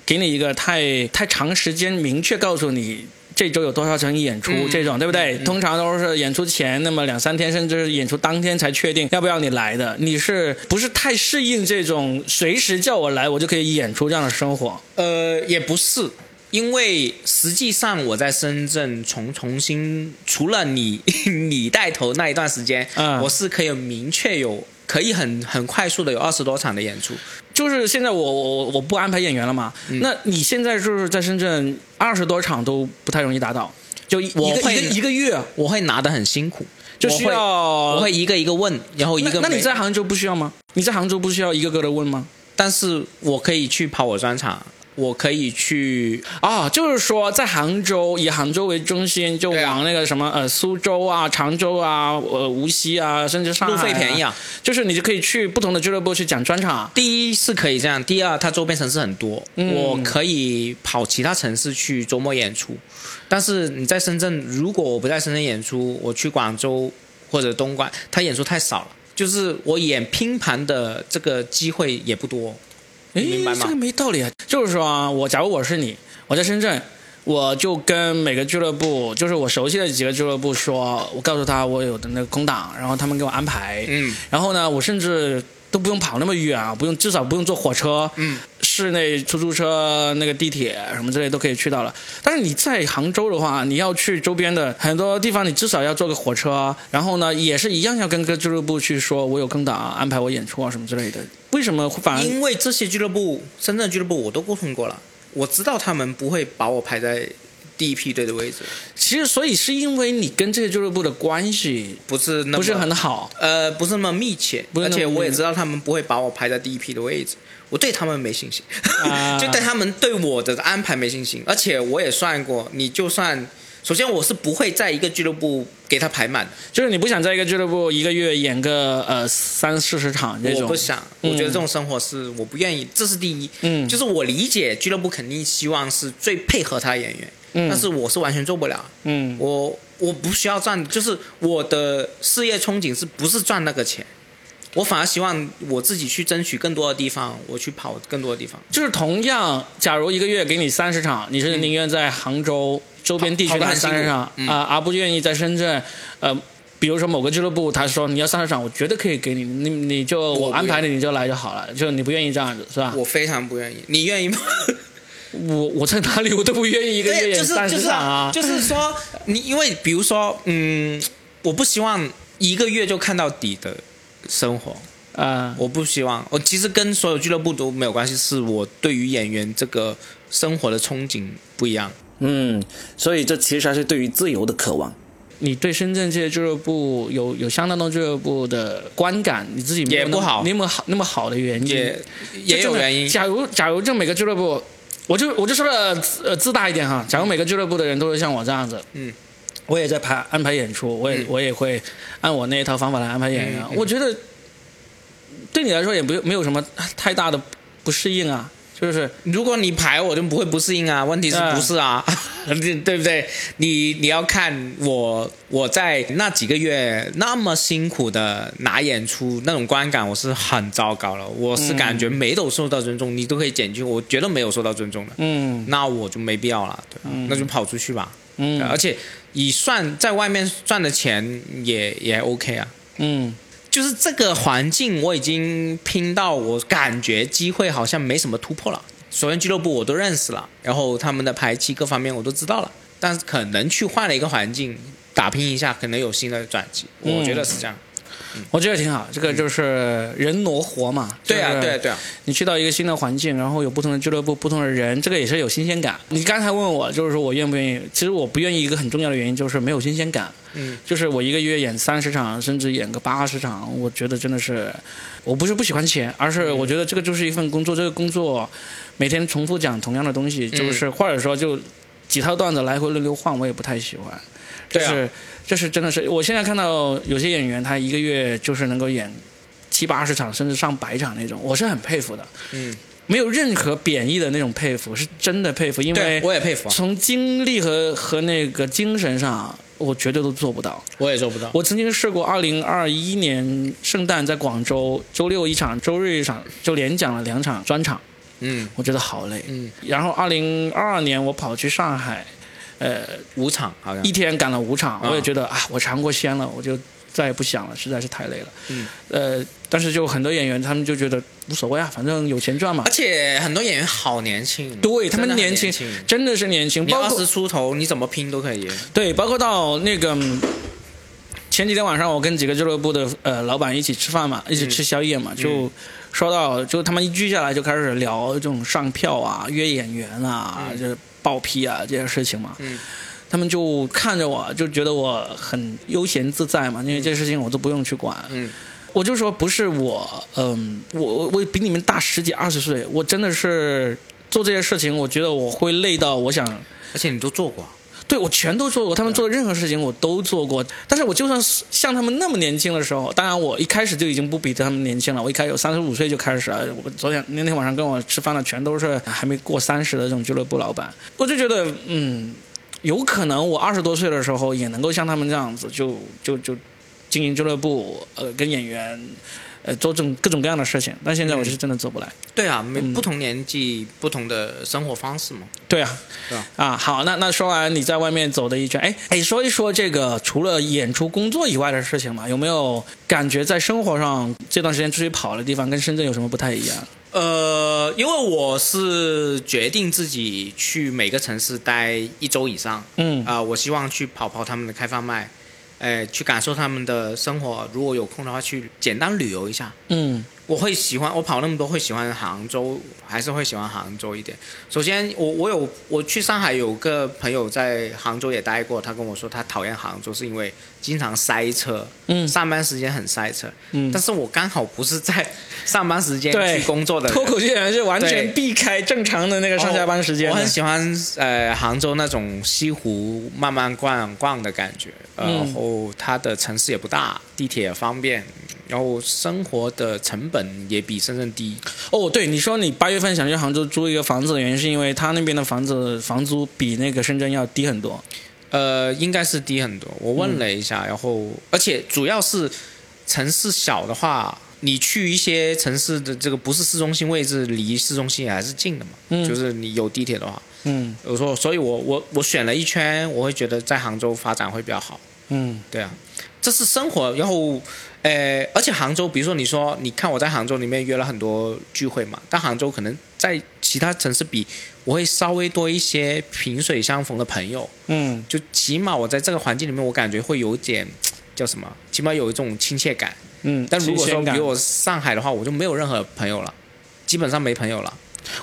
S1: 给你一个太太长时间明确告诉你。这周有多少场演出？这种对不对？通常都是演出前那么两三天，甚至是演出当天才确定要不要你来的。你是不是太适应这种随时叫我来我就可以演出这样的生活？
S2: 呃，也不是，因为实际上我在深圳重重新，除了你 *laughs* 你带头那一段时间，
S1: 嗯
S2: 我是可以明确有可以很很快速的有二十多场的演出。
S1: 就是现在我我我不安排演员了嘛，
S2: 嗯
S1: 那你现在就是在深圳二十多场都不太容易达到，就一
S2: 我
S1: 一个
S2: 会
S1: 一个一个月
S2: 我会拿得很辛苦，
S1: 就
S2: 我
S1: 需
S2: 会呃
S1: 要
S2: 我会一个一个问，然后一
S1: 那
S2: 个
S1: 那你
S2: 没
S1: 在杭州不需要吗？你在杭州不需要一个个的问吗？
S2: 但是我可以去跑我专场，我可以去
S1: 啊、就是说在杭州以杭州为中心，就
S2: 对啊
S1: 往那个什么呃苏州啊、常州啊、呃无锡啊，甚至上海、
S2: 路费便宜，啊。
S1: 就是你就可以去不同的俱乐部去讲专场。啊
S2: 第一是可以这样，第二它周边城市很多，
S1: 嗯
S2: 我可以跑其他城市去周末演出。但是你在深圳，如果我不在深圳演出，我去广州或者东莞，它演出太少了，就是我演拼盘的这个机会也不多。
S1: 哎，
S2: 你明白吗
S1: 这个没道理啊！就是说啊，我假如我是你，我在深圳，我就跟每个俱乐部，就是我熟悉的几个俱乐部说，我告诉他我有的那个空档，然后他们给我安排。
S2: 嗯
S1: 然后呢，我甚至都不用跑那么远啊，不用至少不用坐火车，
S2: 嗯，
S1: 室内出租车、那个地铁什么之类都可以去到了。但是你在杭州的话，你要去周边的很多地方，你至少要坐个火车，然后呢，也是一样要跟各俱乐部去说，我有空档啊安排我演出啊什么之类的。为什么会反而
S2: 因为这些俱乐部，深圳俱乐部我都沟通过了，我知道他们不会把我排在第一梯队的位置，
S1: 其实，所以是因为你跟这个俱乐部的关系
S2: 不是那么
S1: 不是很好，
S2: 呃不是那么密切，
S1: 不是
S2: 而
S1: 那么
S2: 且我也
S1: 密切
S2: 知道他们不会把我排在第一批的位置，我对他们没信心， *laughs*
S1: 啊
S2: 就对他们对我的安排没信心，而且我也算过，你就算首先我是不会在一个俱乐部给他排满的，
S1: 就是你不想在一个俱乐部一个月演个呃三四十场这种。
S2: 我不想，我觉得这种生活是我不愿意，这是第一。
S1: 嗯
S2: 就是我理解俱乐部肯定希望是最配合他的演员，
S1: 嗯
S2: 但是我是完全做不了。
S1: 嗯
S2: 我我不需要赚，就是我的事业憧憬是不是赚那个钱？我反而希望我自己去争取更多的地方，我去跑更多的地方。
S1: 就是同样，假如一个月给你三十场，你是宁愿在杭州周边地区
S2: 跑跑得
S1: 打
S2: 很辛
S1: 三
S2: 苦
S1: 十场啊、
S2: 嗯
S1: 而不愿意在深圳，呃。比如说某个俱乐部，他说你要三十场，我绝对可以给你，你你就
S2: 不
S1: 我安排
S2: 愿
S1: 你，你就来就好了，就是你不愿意这样子是吧？
S2: 我非常不愿意，你 *laughs* 愿意吗？
S1: 我我在哪里我都不愿意一个月
S2: 对，
S1: 演
S2: 就是
S1: 三
S2: 就
S1: 十
S2: 是 *laughs*
S1: 场
S2: 啊就是说你因为比如说嗯，我不希望一个月就看到底的生活，
S1: 啊、
S2: 我不希望。我其实跟所有俱乐部都没有关系，是我对于演员这个生活的憧憬不一样。
S3: 嗯，所以这其实还是对于自由的渴望。
S1: 你对深圳这些俱乐部有有相当多俱乐部的观感，你自己没有
S2: 也
S1: 那
S2: 不好
S1: 你有没有好那么好的原因？
S2: 也
S1: 就
S2: 也有
S1: 真的
S2: 原因，
S1: 假如假如这每个俱乐部，我就我就说的呃自大一点哈，假如每个俱乐部的人都是像我这样子，
S2: 嗯，
S1: 我也在排安排演出，我也、
S2: 嗯
S1: 我也会按我那一套方法来安排演员，
S2: 嗯嗯
S1: 我觉得对你来说也不没有什么太大的不适应啊。
S2: 就是如果你排，我就不会不适应啊。问题是
S1: 嗯
S2: 不是啊？ *laughs* 对对不对？你你要看我我在那几个月那么辛苦的拿演出，那种观感我是很糟糕了。我是感觉没有受到尊重，你都可以减去，我觉得没有受到尊重的，
S1: 嗯
S2: 那我就没必要了，对吧？那就跑出去吧。对
S1: 嗯
S2: 而且你算在外面赚的钱也也 OK 啊。
S1: 嗯
S2: 就是这个环境，我已经拼到我感觉机会好像没什么突破了。首先俱乐部我都认识了，然后他们的排期各方面我都知道了，但是可能去换了一个环境打拼一下，可能有新的转机。
S1: 嗯
S2: 我觉得是这样。
S1: 我觉得挺好，这个就是人挪活嘛。
S2: 嗯对啊，
S1: 就是
S2: 对啊，对啊，
S1: 你去到一个新的环境，然后有不同的俱乐部、不同的人，这个也是有新鲜感。你刚才问我，就是说我愿不愿意？其实我不愿意一个很重要的原因就是没有新鲜感。
S2: 嗯，
S1: 就是我一个月演三十场，甚至演个八十场，我觉得真的是，我不是不喜欢钱，而
S2: 嗯
S1: 是我觉得这个就是一份工作，这个工作每天重复讲同样的东西，就是、
S2: 嗯
S1: 或者说就几套段子来回轮流换，我也不太喜欢。这
S2: 对啊
S1: 是、这是真的是，我现在看到有些演员他一个月就是能够演七八十场甚至上百场那种，我是很佩服的，
S2: 嗯，
S1: 没有任何贬义的那种佩服，是真的佩服，因
S2: 对
S1: 为
S2: 啊，我也佩服啊，
S1: 从精力和和那个精神上，我绝对都做不到。
S2: 我也做不到。
S1: 我曾经试过，二零二一年圣诞在广州，周六一场，周日一场，就连讲了两场专场，
S2: 嗯
S1: 我觉得好累。
S2: 嗯，
S1: 然后二零二二年我跑去上海，呃，
S2: 五场好像
S1: 一。天赶了五场，
S2: 啊
S1: 我也觉得啊，我尝过鲜了，我就再也不想了，实在是太累了。
S2: 嗯，
S1: 呃，但是就很多演员他们就觉得无所谓啊，反正有钱赚嘛
S2: 而。且很多演员好年轻，
S1: 对他
S2: 真的
S1: 们
S2: 很
S1: 年
S2: 年
S1: 轻，真的是年轻，
S2: 你
S1: 包
S2: 二
S1: 括
S2: 十出头，你怎么拼都可以。
S1: 对，包括到那个嗯前几天晚上，我跟几个俱乐部的呃老板一起吃饭嘛，一起吃宵夜嘛，就说到就他们一聚下来就开始聊这种上票啊、约演员啊、就是报批啊这些事情嘛。
S2: 嗯
S1: 他们就看着我，就觉得我很悠闲自在嘛，因为这些事情我都不用去管。
S2: 嗯
S1: 我就说不是我，嗯，我我我比你们大十几二十岁，我真的是做这些事情，我觉得我会累到我想
S2: 而且你都做过，
S1: 对我全都做过，他们做的任何事情我都做过。但是我就算是像他们那么年轻的时候，当然我一开始就已经不比他们年轻了。我一开始有三十五岁就开始了。我昨天那天晚上跟我吃饭的全都是还没过三十的这种俱乐部老板，我就觉得嗯，有可能我二十多岁的时候也能够像他们这样子，就就就经营俱乐部，呃，跟演员。呃，做这种各种各样的事情，但现在我是真的做不来。
S2: 对啊，没
S1: 嗯
S2: 不同年纪不同的生活方式嘛。
S1: 对啊，
S2: 对啊
S1: 好，那那说完你在外面走的一圈，哎哎，说一说这个除了演出工作以外的事情嘛，有没有感觉在生活上这段时间出去跑的地方跟深圳有什么不太一样？
S2: 呃，因为我是决定自己去每个城市待一周以上，
S1: 嗯
S2: 啊、我希望去跑跑他们的开放麦，呃，去感受他们的生活。如果有空的话，去简单旅游一下。
S1: 嗯
S2: 我会喜欢，我跑那么多会喜欢杭州，还是会喜欢杭州一点。首先，我我有我去上海有个朋友在杭州也待过，他跟我说他讨厌杭州是因为经常塞车，
S1: 嗯
S2: 上班时间很塞车。
S1: 嗯
S2: 但是我刚好不是在上班时间
S1: 对
S2: 去工作的人
S1: 脱口秀演员是完全
S2: 对
S1: 避开正常的那个上下班时间
S2: 我
S1: 的
S2: 很喜欢呃杭州那种西湖慢慢逛逛的感觉，呃
S1: 嗯
S2: 然后它的城市也不大，地铁也方便，然后生活的成本也比深圳低。
S1: 哦，对，你说你八月份想去杭州租一个房子的原因，是因为他那边的房子房租比那个深圳要低很多。
S2: 呃，应该是低很多。我问了一下，然后而且主要是城市小的话，你去一些城市的这个不是市中心位置，离市中心也还是近的嘛。
S1: 嗯
S2: 就是你有地铁的话，
S1: 嗯
S2: 我说，所以我我我选了一圈，我会觉得在杭州发展会比较好。
S1: 嗯
S2: 对啊，这是生活。然后，呃，而且杭州，比如说你说，你看我在杭州里面约了很多聚会嘛，但杭州可能在其他城市比，我会稍微多一些萍水相逢的朋友。
S1: 嗯
S2: 就起码我在这个环境里面，我感觉会有点叫什么，起码有一种亲切感。
S1: 嗯，
S2: 但如果
S1: 新
S2: 说
S1: 鲜感
S2: 比我上海的话，我就没有任何朋友了，基本上没朋友了，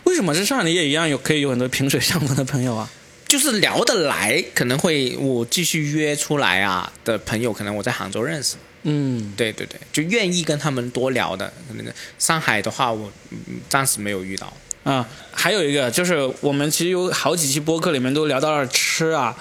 S1: 为什么在上海你也一样有可以有很多萍水相逢的朋友啊？
S2: 就是聊得来，可能会我继续约出来啊的朋友，可能我在杭州认识。
S1: 嗯
S2: 对对对，就愿意跟他们多聊的。可能上海的话，我嗯暂时没有遇到。
S1: 啊，还有一个就是我们其实有好几期播客里面都聊到了吃啊，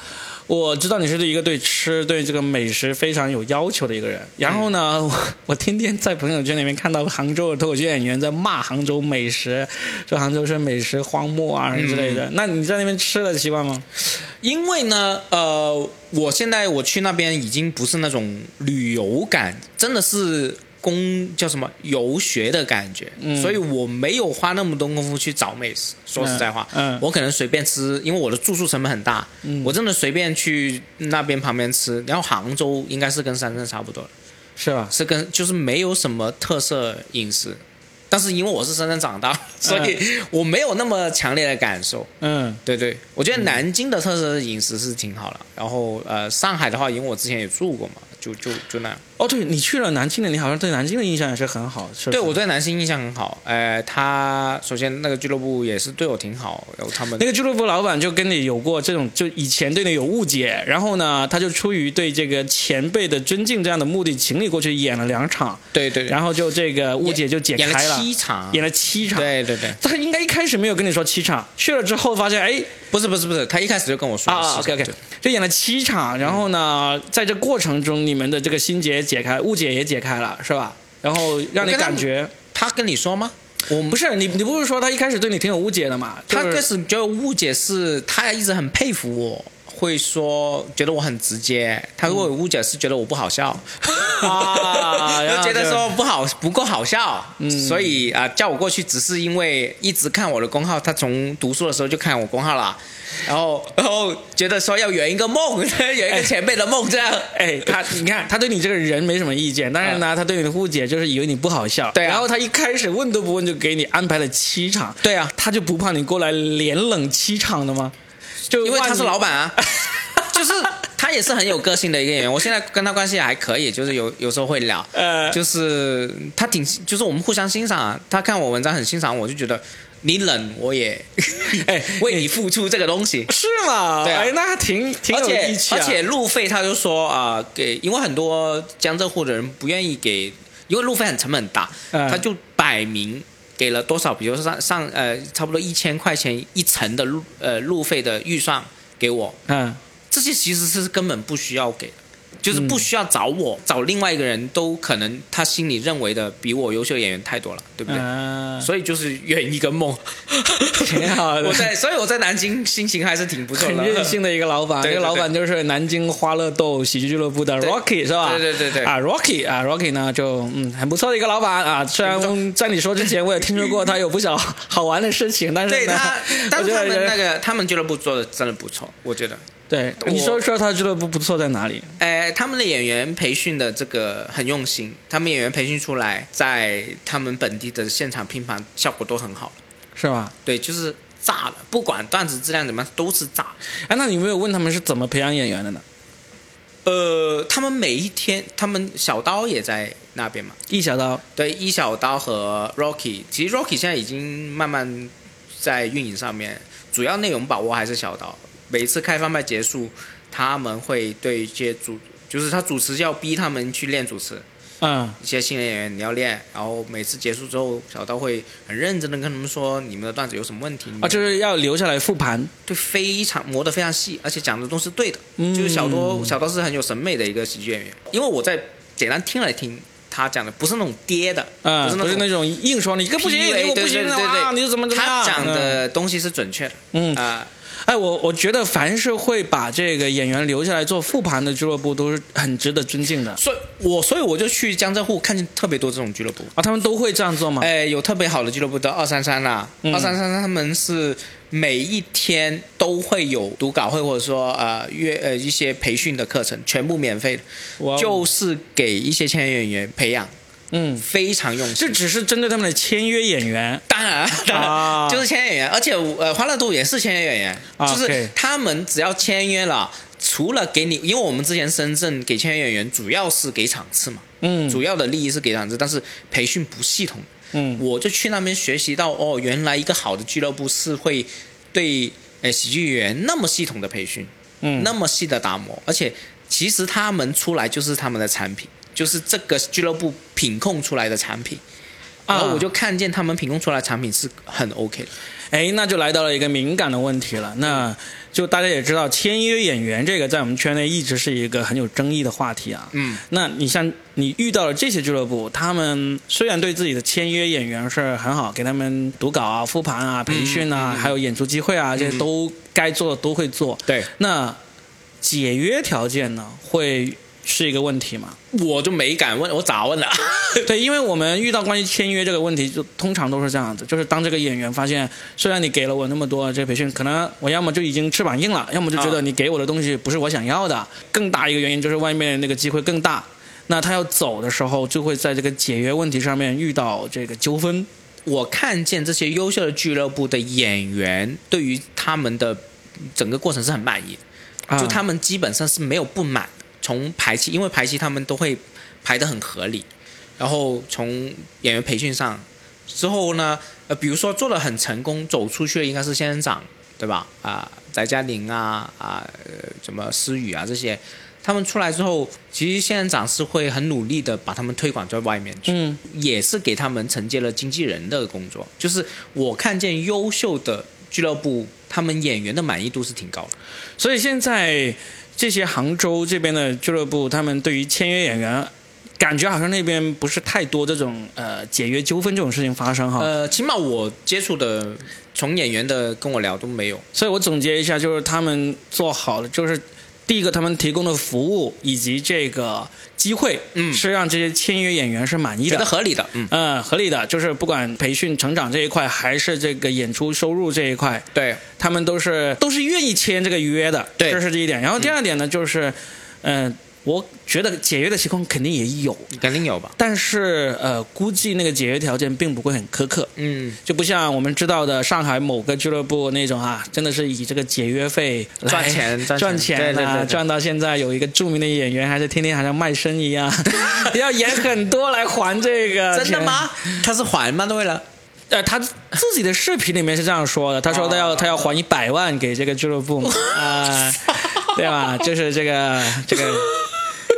S1: 我知道你是一个对吃、对这个美食非常有要求的一个人。然后呢， *laughs* 我我天天在朋友圈里面看到杭州的脱口秀演员在骂杭州美食，说杭州是美食荒漠啊什么之类的。那你在那边吃了习惯吗？
S2: 因为呢，呃，我现在我去那边已经不是那种旅游感，真的是工叫什么游学的感觉，
S1: 嗯
S2: 所以我没有花那么多功夫去找美食。说实在话，
S1: 嗯嗯嗯
S2: 我可能随便吃，因为我的住宿成本很大，我真的随便去那边旁边吃。然后杭州应该是跟深圳差不多的，
S1: 是吧？
S2: 是跟就是没有什么特色饮食。但是因为我是深圳长大，所以我没有那么强烈的感受。
S1: 嗯
S2: 对对，我觉得南京的特色饮食是挺好的。然后呃，上海的话，因为我之前也住过嘛，就就就那样。
S1: 哦，对你去了南京的，你好像对南京的印象也是很好，是不是
S2: 对我对南京印象很好。呃，他首先那个俱乐部也是对我挺好，然后他们
S1: 那个俱乐部老板就跟你有过这种，就以前对你有误解，然后呢，他就出于对这个前辈的尊敬这样的目的，请你过去演了两场，
S2: 对对，
S1: 然后就这个误解就解
S2: 演
S1: 开
S2: 了
S1: 了，
S2: 七场，
S1: 演了七场。
S2: 对对对，
S1: 他应该一开始没有跟你说七场，去了之后发现，哎
S2: 不是不是不是，他一开始就跟我说
S1: 啊
S2: 了
S1: 啊
S2: 七场
S1: ，OK OK，
S2: 对
S1: 就演了七场，然后呢，在这过程中，你们的这个心结解开，误解也解开了，是吧？然后让
S2: 我跟
S1: 你
S2: 他
S1: 感觉
S2: 他跟你说吗？
S1: 我不是你，你不是说他一开始对你挺有误解的嘛？
S2: 他
S1: 就是
S2: 开始就误解是，他一直很佩服我，会说觉得我很直接。他如果有误解是觉得我不好笑， *laughs*
S1: 啊然
S2: 就
S1: 后
S2: 觉
S1: 就嗯
S2: 得说不好不够好笑，所以啊、叫我过去只是因为一直看我的公号，他从读书的时候就看我公号了，然后然后觉得说要圆一个梦， *laughs* 圆一个前辈的梦
S1: *laughs*
S2: 这样。
S1: 哎，
S2: *laughs*
S1: 他你看，他对你这个人没什么意见，但是呢，他对你的误解就是以为你不好笑。
S2: 嗯对啊
S1: 然后他一开始问都不问就给你安排了七场，
S2: 对啊，
S1: 他就不怕你过来连冷七场的吗？就
S2: 因为
S1: 万一
S2: 他是老板啊， *laughs* 就是他也是很有个性的一个演员。我现在跟他关系还可以，就是有有时候会聊，
S1: *laughs* *laughs* 呃
S2: 就是他挺，就是我们互相欣赏啊。他看我文章很欣赏我，就觉得你冷我也，
S1: *laughs* 哎
S2: *laughs* 为你付出这个东西。
S1: 是吗？
S2: 对啊
S1: 哎，那还挺挺
S2: 而
S1: 有
S2: 且
S1: 义气啊。
S2: 而且路费他就说啊、给因为很多江浙沪的人不愿意给，因为路费很成本很大，
S1: 嗯
S2: 他就摆明给了多少，比如说上上呃差不多一千块钱一层的路呃路费的预算给我，
S1: 嗯，
S2: 这些其实是根本不需要给的，就是不需要找我，找另外一个人都可能他心里认为的比我优秀的演员太多了，对不对？
S1: 嗯，
S2: 所以就是圆一个梦，
S1: *laughs* 挺好的
S2: 我在，所以我在南京心情还是挺不错
S1: 很
S2: 的。
S1: 任性的一个老板，
S2: 对
S1: 这个
S2: 对
S1: 老
S2: 对
S1: 板就是南京花乐豆喜剧俱乐部的
S2: 对
S1: Rocky 是吧？
S2: 对对对对
S1: 啊，Rocky 啊，Rocky 呢就嗯很不错的一个老板啊。虽然在你说之前我也听说过他有不少好玩的事情，但是
S2: 对
S1: 呢 *laughs*
S2: 他，，但
S1: 我
S2: 是
S1: 觉
S2: 他
S1: 得
S2: 们
S1: 人
S2: 那个他们俱乐部做的真的不错，我觉得。
S1: 对
S2: 我
S1: 你说说他俱乐部不错在哪里？
S2: 哎，他们的演员培训的这个很用心，他们演员培训出来，在他们本地的现场拼盘效果都很好。
S1: 是吧？
S2: 对，就是炸了，不管段子质量怎么样，都是炸。
S1: 哎，那你有没有问他们是怎么培养演员的呢？
S2: 呃，他们每一天，他们小刀也在那边嘛。
S1: 一小刀，
S2: 对，一小刀和 Rocky，其实 Rocky 现在已经慢慢在运营上面，主要内容把握还是小刀。每一次开放麦结束，他们会对一些主，就是他主持要逼他们去练主持，
S1: 嗯，
S2: 一些新人演员你要练，然后每次结束之后，小刀会很认真的跟他们说你们的段子有什么问题
S1: 啊，就是要留下来复盘。
S2: 对，哦非常磨得非常细，而且讲的都是对的。
S1: 嗯
S2: 就是小多小多是很有审美的一个喜剧演员，因为我在简单听了听他讲的，不是那种爹的，
S1: 嗯，
S2: 不
S1: 不是
S2: 是那
S1: 那
S2: 种。
S1: 种硬说你这个不行，
S2: PUA
S1: 你这个不
S2: 对
S1: 行
S2: 对对对
S1: 啊，
S2: 对
S1: 你就怎么怎么样？
S2: 他讲的东西是准确的，
S1: 嗯
S2: 啊，
S1: 哎，我我觉得凡是会把这个演员留下来做复盘的俱乐部，都是很值得尊敬的
S2: 所以我所以我就去江浙沪看见特别多这种俱乐部，
S1: 啊，他们都会这样做吗？
S2: 哎，有特别好的俱乐部的二三三啦，
S1: 嗯
S2: 二三三他们是每一天都会有读稿会或者说呃约呃一些培训的课程，全部免费的，
S1: 哇哦
S2: 就是给一些签约演员培养，
S1: 嗯，
S2: 非常用心
S1: 这。只是针对他们的签约演员
S2: 当 *laughs* 然，当然、
S1: 啊
S2: 就是签约演员，而且我呃，欢乐度也是签约演员，
S1: 啊
S2: 就
S1: OK
S2: 是他们只要签约了，除了给你，因为我们之前深圳给签约演员主要是给场次嘛，
S1: 嗯
S2: 主要的利益是给场次，但是培训不系统，
S1: 嗯
S2: 我就去那边学习到，哦，原来一个好的俱乐部是会对呃喜剧演员那么系统的培训，
S1: 嗯
S2: 那么细的打磨，而且其实他们出来就是他们的产品，就是这个俱乐部品控出来的产品。然后我就看见他们品控出来的产品是很 OK 的，
S1: 哎，那就来到了一个敏感的问题了。那就大家也知道，签约演员这个在我们圈内一直是一个很有争议的话题啊。
S2: 嗯，
S1: 那你像你遇到了这些俱乐部，他们虽然对自己的签约演员是很好，给他们读稿啊、复盘啊、培训啊，还有演出机会啊，这些都该做的都会做。
S2: 对，
S1: 那解约条件呢，会是一个问题吗？
S2: 我就没敢问，我咋问了？ *laughs*
S1: 对，因为我们遇到关于签约这个问题，就通常都是这样子，就是当这个演员发现，虽然你给了我那么多这培训，可能我要么就已经翅膀硬了，要么就觉得
S2: 啊
S1: 你给我的东西不是我想要的。更大一个原因就是外面那个机会更大，那他要走的时候，就会在这个解约问题上面遇到这个纠纷。
S2: 我看见这些优秀的俱乐部的演员，对于他们的整个过程是很满意的，
S1: 啊
S2: 就他们基本上是没有不满的。从排期，因为排期他们都会排得很合理，然后从演员培训上之后呢，呃，比如说做的很成功，走出去的应该是仙人掌，对吧？啊、翟佳宁啊啊、呃什么思雨啊这些，他们出来之后，其实仙人掌是会很努力的把他们推广在外面去。
S1: 嗯
S2: 也是给他们承接了经纪人的工作。就是我看见优秀的俱乐部，他们演员的满意度是挺高的。
S1: 所以现在这些杭州这边的俱乐部，他们对于签约演员，感觉好像那边不是太多这种呃解约纠纷这种事情发生哈。
S2: 呃，起码我接触的从演员的跟我聊都没有。
S1: 所以我总结一下，就是他们做好了，就是第一个，他们提供的服务以及这个机会，
S2: 嗯
S1: 是让这些签约演员是满意
S2: 觉得
S1: 的。
S2: 合理的，嗯，
S1: 嗯，合理的，就是不管培训成长这一块，还是这个演出收入这一块，
S2: 对，
S1: 他们都是都是愿意签这个约的，
S2: 对
S1: 这是第一点。然后第二点呢，就是，嗯、我觉得解约的情况肯定也有，
S2: 肯定有吧，
S1: 但是呃，估计那个解约条件并不会很苛刻，
S2: 嗯，
S1: 就不像我们知道的上海某个俱乐部那种啊，真的是以这个解约费来
S2: 赚钱赚
S1: 赚
S2: 钱
S1: 钱
S2: 对对对
S1: 啊，
S2: 对
S1: 赚到现在有一个著名的演员还是天天好像卖身一
S2: *laughs*
S1: 样，要演很多来还这个。
S2: 真的？吗？他是还吗？对了，
S1: 呃，他自己的视频里面是这样说的，他说他
S2: 哦
S1: 要、他要还一百万给这个俱乐部嘛，啊、对吧？就是这个这个。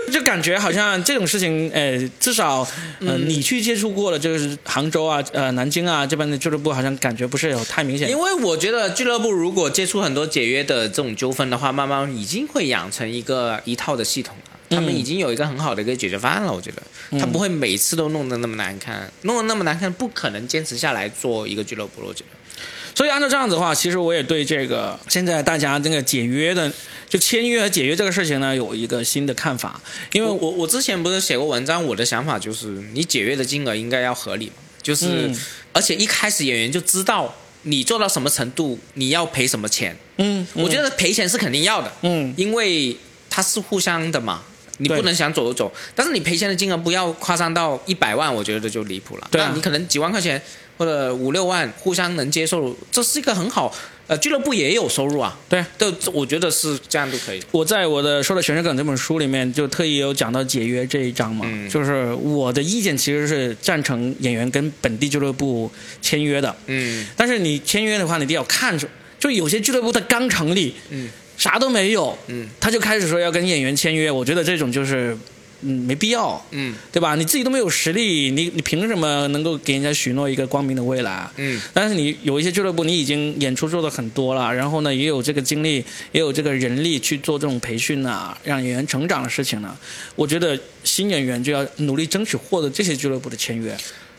S1: 就感觉好像这种事情，呃，至少，呃，
S2: 嗯
S1: 你去接触过了，就是杭州啊，呃，南京啊这边的俱乐部，好像感觉不是有太明显的
S2: 因为我觉得俱乐部如果接触很多解约的这种纠纷的话，慢慢已经会养成一个一套的系统了。他们已经有一个很好的一个解决方案了，我觉得他不会每次都弄得那么难看，弄得那么难看，不可能坚持下来做一个俱乐部了。我觉得，
S1: 所以按照这样子的话，其实我也对这个现在大家这个解约的，就签约和解约这个事情呢，有一个新的看法。因为
S2: 呃我
S1: 我
S2: 我我之前不是写过文章，我的想法就是，你解约的金额应该要合理嘛，就是、
S1: 嗯
S2: 而且一开始演员就知道你做到什么程度，你要赔什么钱。
S1: 嗯，
S2: 我觉得赔钱是肯定要的，
S1: 嗯
S2: 因为它是互相的嘛，你
S1: 对
S2: 不能想走就走。但是你赔钱的金额不要夸张到一百万，我觉得就离谱了。
S1: 对啊
S2: 那你可能几万块钱或者五六万，互相能接受，这是一个很好。呃，俱乐部也有收入啊，
S1: 对。
S2: 对，这我觉得是这样就可以。
S1: 我在我的《说的全是梗》这本书里面就特意有讲到解约这一章嘛，
S2: 嗯
S1: 就是我的意见其实是赞成演员跟本地俱乐部签约的，
S2: 嗯，
S1: 但是你签约的话，你得要看出，就有些俱乐部它刚成立，
S2: 嗯，
S1: 啥都没有，
S2: 嗯，
S1: 他就开始说要跟演员签约，我觉得这种就是，嗯，没必要，
S2: 嗯，
S1: 对吧？你自己都没有实力，你你凭什么能够给人家许诺一个光明的未来啊？
S2: 嗯，
S1: 但是你有一些俱乐部，你已经演出做的很多了，然后呢，也有这个精力，也有这个人力去做这种培训啊，让演员成长的事情呢、我觉得新演员就要努力争取获得这些俱乐部的签约。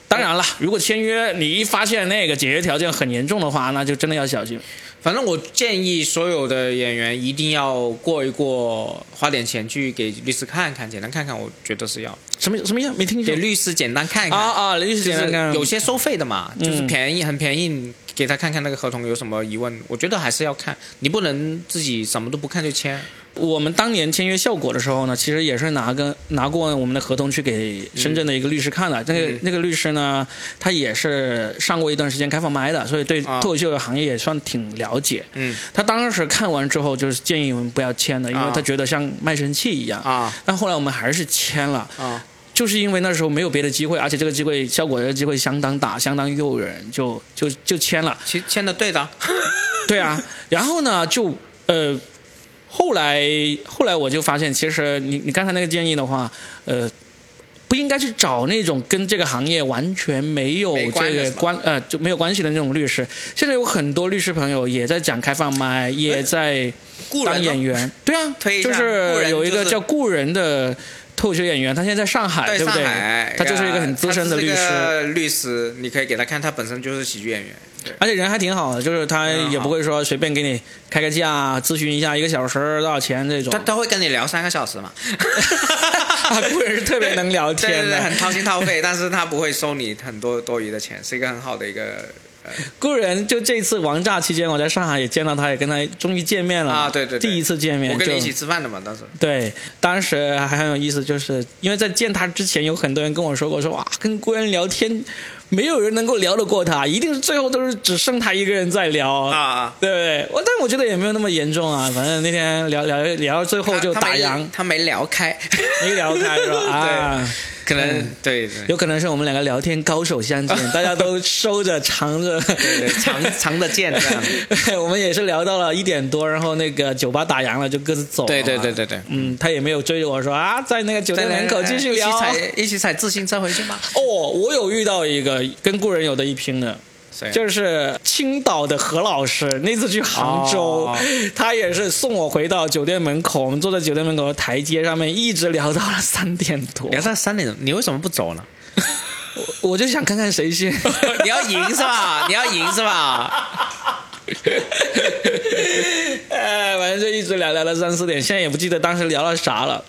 S1: 当然了，如果签约你一发现那个解约条件很严重的话，那就真的要小心。
S2: 反正我建议所有的演员一定要过一过，花点钱去给律师看看，简单看看，我觉得是要
S1: 什么什么样？没听
S2: 给
S1: 清楚。
S2: 律师简单看一
S1: 啊
S2: 看。
S1: 啊，律师
S2: 就
S1: 简单看
S2: 是有些收费的嘛，
S1: 嗯
S2: 就是便宜很便宜，给他看看那个合同有什么疑问。我觉得还是要看，你不能自己什么都不看就签。
S1: 我们当年签约效果的时候呢，其实也是拿跟拿过我们的合同去给深圳的一个律师看
S2: 嗯
S1: 的。那个那个律师呢，他也是上过一段时间开放麦的，所以对
S2: 啊
S1: 脱口秀的行业也算挺了解。
S2: 嗯
S1: 他当时看完之后，就是建议我们不要签的，因为
S2: 啊
S1: 他觉得像卖身契一样。
S2: 啊
S1: 但后来我们还是签了，
S2: 啊，
S1: 就是因为那时候没有别的机会，而且这个机会效果这个机会相当大，相当诱人，就就就签了。
S2: 其实签的对的。
S1: *laughs* 对啊，然后呢，就呃，后来后来我就发现，其实你你刚才那个建议的话，呃，不应该去找那种跟这个行业完全没有
S2: 没关
S1: 这
S2: 的
S1: 个
S2: 是吧
S1: 关呃就没有关系的那种律师。现在有很多律师朋友也在讲开放麦，也在
S2: 雇人
S1: 当
S2: 呢
S1: 演员。对啊，
S2: 推一下
S1: 就
S2: 雇
S1: 是
S2: 人
S1: 有一
S2: 就
S1: 个
S2: 是
S1: 叫顾人的脱口秀演员，他现在在上海，
S2: 在
S1: 对不
S2: 上
S1: 对
S2: 海，？
S1: 他就是一个很资深的律
S2: 他是
S1: 师，
S2: 个律师，你可以给他看，他本身就是喜剧演员。对
S1: 而且人还挺好的，就是他
S2: 嗯
S1: 也不会说随便给你开个价，咨询一下一个小时多少钱这种
S2: 他。他会跟你聊三个小时嘛？
S1: *laughs* 啊顾人是特别能聊天的
S2: 对对对很掏心掏肺，但是他不会收你很多多余的钱，是一个很好的一个
S1: 顾人就这次王炸期间，我在上海也见到他，也跟他终于见面了
S2: 啊，对对，对
S1: 嗯第一次见面
S2: 我
S1: 就，
S2: 跟你一起吃饭的嘛，当时
S1: 对，当时还很有意思，就是因为在见他之前，有很多人跟我说过，说哇，跟郭人聊天，没有人能够聊得过他，一定是最后都是只剩他一个人在
S2: *laughs*
S1: 聊，
S2: 啊啊。
S1: 对不对？我但我觉得也没有那么严重啊，反正那天聊聊聊到最后就
S2: 他他
S1: 打
S2: 没
S1: 烊，
S2: 他没聊开，
S1: *laughs* 没聊开是吧？啊。
S2: *laughs* 对，可能对对， *laughs*
S1: 有可能是我们两个聊天高手相见，大家都收着藏着，
S2: 对
S1: *laughs*
S2: 藏藏着剑这样
S1: 我们也是聊到了一点多，然后那个酒吧打烊了，就各自走了
S2: 对
S1: 嘛。
S2: 对对对对
S1: 嗯，他也没有追着我说啊，在那个酒店门口继续聊
S2: 一。起踩一起踩自行车回去吗？
S1: 哦，我有遇到一个跟故人有的一拼的，
S2: 谁
S1: 就是青岛的何老师，那次去杭州，
S2: 哦
S1: 他也是送我回到酒店门口，我们坐在酒店门口的台阶上面，一直聊到了三点
S2: *laughs*
S1: 多。
S2: 聊到三点钟，你为什么不走呢？
S1: 我就想看看谁 *laughs* 先。
S2: 你要赢是吧？你要赢是吧？
S1: *laughs* 哎，反正就一直聊聊到三四点，现在也不记得当时聊了啥了，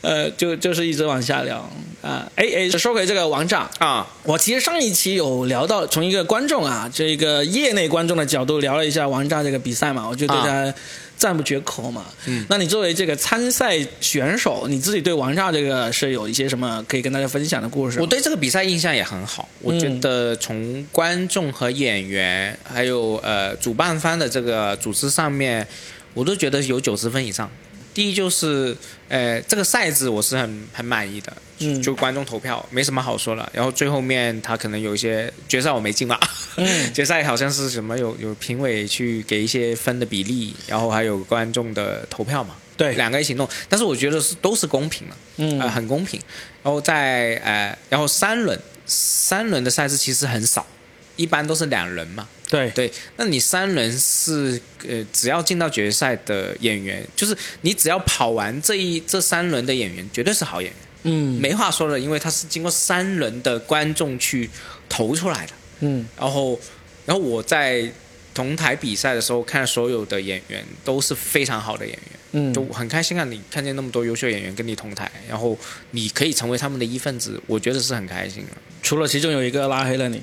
S1: 呃，就就是一直往下聊啊。哎哎，说回这个王炸，
S2: 啊，
S1: 我其实上一期有聊到，从一个观众啊，这个业内观众的角度聊了一下王炸这个比赛嘛，我就对他赞不绝口嘛。嗯，那你作为这个参赛选手，你自己对王炸这个是有一些什么可以跟大家分享的故事吗？嗯
S2: 我对这个比赛印象也很好，我觉得从观众和演员，还有呃主办方的这个组织上面，我都觉得有九十分以上。第一就是，呃，这个赛制我是很很满意的，
S1: 嗯
S2: 就观众投票没什么好说了。然后最后面他可能有一些决赛我没进嘛， *laughs*
S1: 嗯
S2: 决赛好像是什么有有评委去给一些分的比例，然后还有观众的投票嘛，
S1: 对，
S2: 两个一起弄。但是我觉得是都是公平的，
S1: 嗯
S2: 呃，很公平。然后在呃，然后三轮三轮的赛事其实很少，一般都是两轮嘛。
S1: 对
S2: 对，那你三轮是呃，只要进到决赛的演员，就是你只要跑完这一这三轮的演员，绝对是好演员，
S1: 嗯
S2: 没话说了，因为他是经过三轮的观众去投出来的。
S1: 嗯
S2: 然后，然后我在同台比赛的时候，看所有的演员都是非常好的演员。
S1: 嗯
S2: 就很开心啊！你看见那么多优秀演员跟你同台，然后你可以成为他们的一份子，我觉得是很开
S1: *laughs*
S2: 心的。
S1: 除了其中有一个拉黑了你，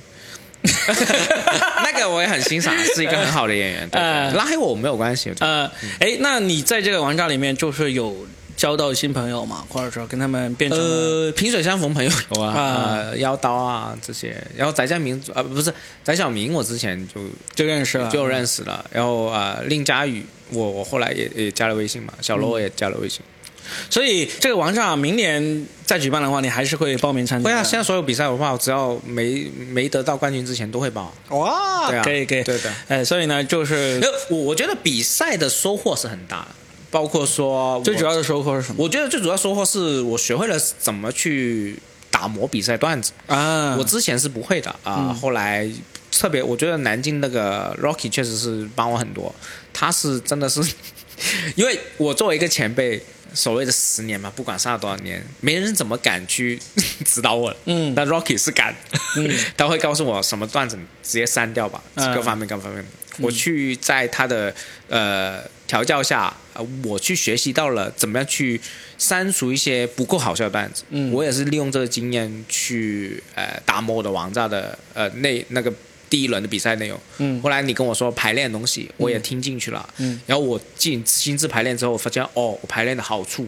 S2: 那个我也很欣赏，是一个很好的演员。对
S1: *laughs* 呃
S2: 拉黑我没有关系，我觉得
S1: 呃，哎，那你在这个王炸里面就是有交到新朋友嘛，或者说跟他们变成了
S2: 呃，萍水相逢朋友有啊
S1: 啊，
S2: 呃，妖刀啊这些，然后翟佳明啊、不是翟小明，我之前就
S1: 就认识了，
S2: 就认识了，然后啊、呃令佳宇，我我后来也也加了微信嘛，小
S1: 嗯
S2: 罗也加了微信。
S1: 所以这个王炸明年再举办的话，你还是会报名参加
S2: 对
S1: 的。
S2: 啊，现在所有比赛的话，我只要没没得到冠军之前都会报。
S1: 哇
S2: 对啊
S1: 可以可以，
S2: 对的
S1: 哎，所以呢，就是
S2: 那我我觉得比赛的收获是很大的，包括说
S1: 最主
S2: 要，
S1: 要的收获是什么
S2: 我觉得最主要收获是我学会了怎么去打磨比赛段子，
S1: 啊？
S2: 我之前是不会的啊、
S1: 嗯
S2: 后来。特别，我觉得南京那个 Rocky 确实是帮我很多，他是真的是， *laughs* 因为我作为一个前辈，所谓的十年嘛，不管上了多少年，没人怎么敢去 *laughs* 指导我，
S1: 嗯
S2: 但 Rocky 是敢， *laughs* 他会告诉我什么段子你直接删掉吧，
S1: 嗯
S2: 各方面各方面。我去在他的呃调教下，呃我去学习到了怎么样去删除一些不够好笑的段子。
S1: 嗯
S2: 我也是利用这个经验去呃打磨我的王炸的呃那那个第一轮的比赛内容。
S1: 嗯
S2: 后来你跟我说排练的东西，我也听进去了。
S1: 嗯，
S2: 然后我进亲自排练之后，我发现哦，我排练的好处。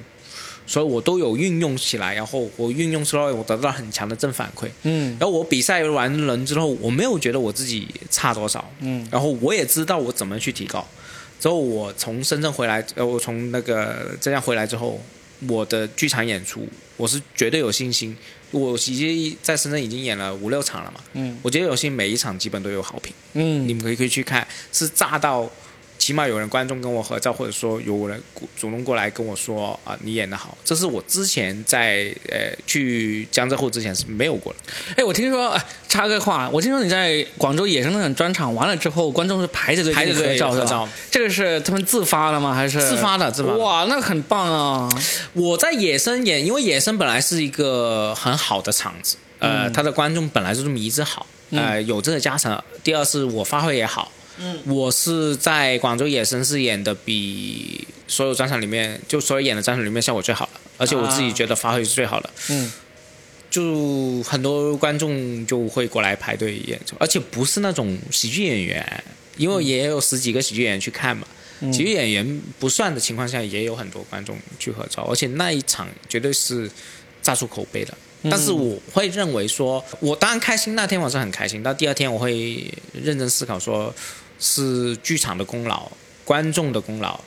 S2: 所以我都有运用起来，然后我运用之后，我得到很强的正反馈。
S1: 嗯
S2: 然后我比赛完人之后，我没有觉得我自己差多少，
S1: 嗯，
S2: 然后我也知道我怎么去提高。之后我从深圳回来，呃，我从那个浙江回来之后，我的剧场演出我是绝对有信心。我已经在深圳已经演了五六场了嘛，
S1: 嗯
S2: 我觉得有信心每一场基本都有好评。
S1: 嗯
S2: 你们可以可以去看，是炸到起码有人观众跟我合照，或者说有人鼓主动过来跟我说啊、你演的好，这是我之前在呃去江浙沪之前是没有过的。
S1: 哎，我听说，哎插个话，我听说你在广州野生那场专场完了之后，观众是排着队
S2: 排着
S1: 跟你
S2: 队
S1: 合照
S2: 合
S1: 是吧
S2: 照
S1: 这个是他们自发的吗？还是
S2: 自发的自发的
S1: 哇，那很棒啊！
S2: 我在野生演，因为野生本来是一个很好的场子，呃，他的观众本来就这么一致好，呃，有这个加成。第二是我发挥也好，嗯，我是在广州野生是演的比所有专场里面，就所有演的专场里面效果最好的，而且我自己觉得发挥是最好的，
S1: 嗯，
S2: 就很多观众就会过来排队演出，而且不是那种喜剧演员，因为也有十几个喜剧演员去看嘛。喜剧演员不算的情况下，也有很多观众去合照，而且那一场绝对是炸出口碑的。但是我会认为说，我当然开心，那天晚上很开心，到第二天我会认真思考说，是剧场的功劳，观众的功劳。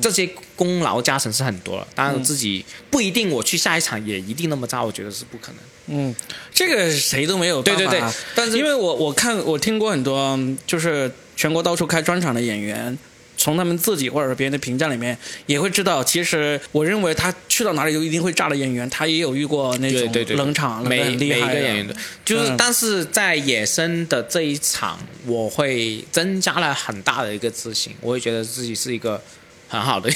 S2: 这些功劳加成是很多了，当然我自己不一定，我去下一场也一定那么炸，我觉得是不可能。
S1: 嗯，这个谁都没有办法。
S2: 对对对啊但是
S1: 因为我我看我听过很多，嗯就是全国到处开专场的演员，从他们自己或者别人的评价里面也会知道，其实我认为他去到哪里都一定会炸的演员，他也有遇过那
S2: 对
S1: 种
S2: 对对，
S1: 冷场，
S2: 每
S1: 冷得很厉
S2: 每一
S1: 害
S2: 个
S1: 的
S2: 演员都就是，
S1: 嗯
S2: 但是在野生的这一场，我会增加了很大的一个自信，我会觉得自己是一个。很好的，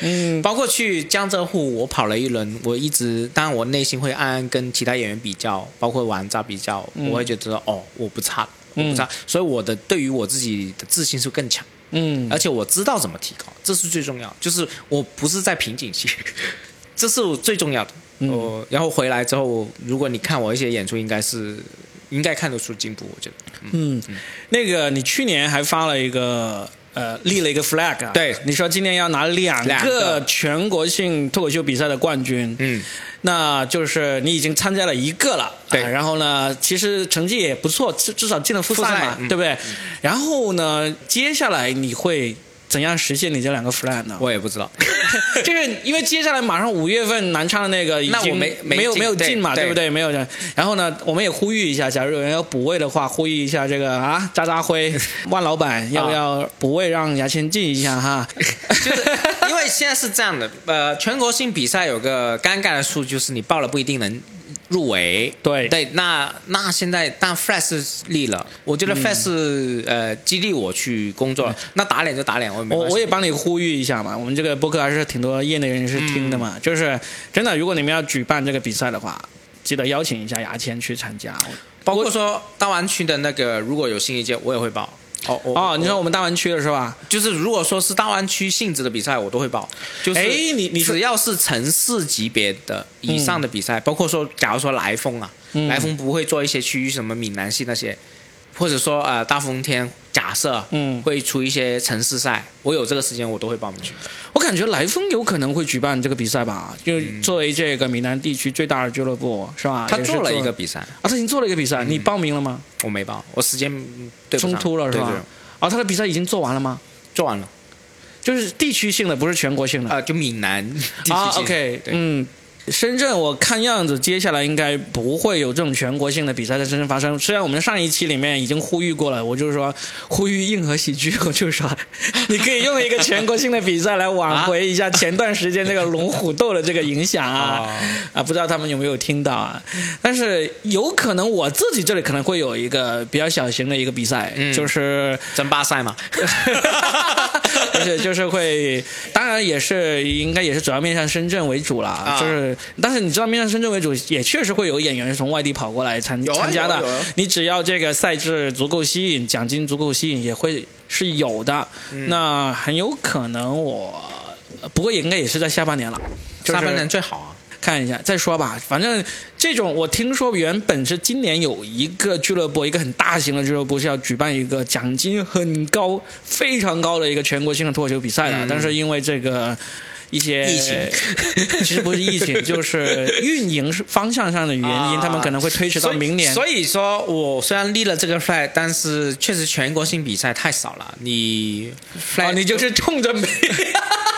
S2: 嗯， *laughs* 包括去江浙沪，我跑了一轮，我一直，当然我内心会暗暗跟其他演员比较，包括玩渣比较，
S1: 嗯
S2: 我会觉得哦，我不差，我不差，所以我的对于我自己的自信是更强。
S1: 嗯，
S2: 而且我知道怎么提高，这是最重要。就是我不是在瓶颈期， *laughs* 这是我最重要的。
S1: 嗯
S2: 我、然后回来之后，如果你看我一些演出，应该是应该看得出进步，我觉得。
S1: 嗯那个，你去年还发了一个呃，立了一个 flag，、啊、
S2: 对
S1: 你说今年要拿两
S2: 两
S1: 个
S2: 个
S1: 全国性脱口秀比赛的冠军，
S2: 嗯，
S1: 那就是你已经参加了一个了，
S2: 对
S1: 啊然后呢，其实成绩也不错，至至少进了复赛
S2: 复赛
S1: 嘛，
S2: 嗯
S1: 对不对？然后呢，接下来你会怎样实现你这两个 flag 呢？
S2: 我也不知道。
S1: *laughs* 就是因为接下来马上五月份南昌的那个已经
S2: 那我没没
S1: 没有
S2: 进
S1: 没有
S2: 对
S1: 进嘛，
S2: 对
S1: 不对？没有进。然后呢，我们也呼吁一下，假如有人要补位的话，呼吁一下这个啊，渣
S2: *laughs*
S1: 渣辉万老板要不要补位让牙签进一下哈？ *laughs*
S2: 就是因为现在是这样的，呃，全国性比赛有个尴尬的数，就是你报了不一定能入围。
S1: 对
S2: 对，那那现在但 Flash 是立了，我觉得
S1: 嗯
S2: Flash 是、呃激励我去工作了。那打脸就打脸，我也没
S1: 我
S2: 关系
S1: 我也帮你呼吁一下嘛，我们这个播客还是挺多业内人士听的
S2: 嗯
S1: 嘛，就是真的，如果你们要举办这个比赛的话，记得邀请一下牙签去参加。
S2: 包括说大湾区的那个，如果有新一届，我也会报。哦
S1: 哦，你说我们大湾区的是吧？
S2: 就是如果说是大湾区性质的比赛，我都会报。就是
S1: 哎你你说嗯
S2: 只要是城市级别的以上的比赛，包括说，假如说来风啊，来风不会做一些区域什么闽南系那些，或者说呃大风天，假设
S1: 嗯
S2: 会出一些城市赛，我有这个时间我都会报名去。
S1: 我感觉来风有可能会举办这个比赛吧，就作为这个闽南地区最大的俱乐部，是吧？
S2: 嗯他
S1: 也是
S2: 做了一个比嗯赛，
S1: 啊，他已经做了一个比赛，你报名了吗？
S2: 我没报，我时间对不
S1: 冲
S2: 上
S1: 突了是吧？
S2: 对对，
S1: 啊，他的比赛已经做完了吗？
S2: 做完了
S1: 就是地区性的，不是全国性的。
S2: 啊、就闽南地区
S1: 嗯啊
S2: 性
S1: ，OK，
S2: 对。
S1: 嗯，深圳我看样子接下来应该不会有这种全国性的比赛在深圳发生。虽然我们上一期里面已经呼吁过了，我就是说呼吁硬核喜剧，我就是说你可以用一个全国性的比赛来挽回一下前段时间这个龙虎斗的这个影响啊
S2: 哦
S1: 啊，不知道他们有没有听到啊？但是有可能我自己这里可能会有一个比较小型的一个比赛，就是。
S2: 争霸赛嘛，
S1: *laughs* 而且就是会，当然也是应该也是主要面向深圳为主啦。
S2: 啊
S1: 就是，但是你知道面向深圳为主，也确实会有演员是从外地跑过来参、
S2: 有啊
S1: 参加的
S2: 有啊有啊
S1: 你只要这个赛制足够吸引，奖金足够吸引，也会是有的。
S2: 嗯
S1: 那很有可能我，不过也应该也是在下半年了。就是
S2: 下半年最好啊。
S1: 看一下再说吧。反正这种我听说原本是今年有一个俱乐部，一个很大型的俱乐部是要举办一个奖金很高、非常高的一个全国性的脱口秀比赛的，但是因为这个。一些
S2: 嗯疫情 *laughs*
S1: 其实不是疫情，就是运营方向上的原因，
S2: 啊
S1: 他们可能会推迟到明年。
S2: 所以所以说我虽然立了这个 flag，但是确实全国性比赛太少了。哦你 flag、
S1: 啊，你就是冲着没， *laughs*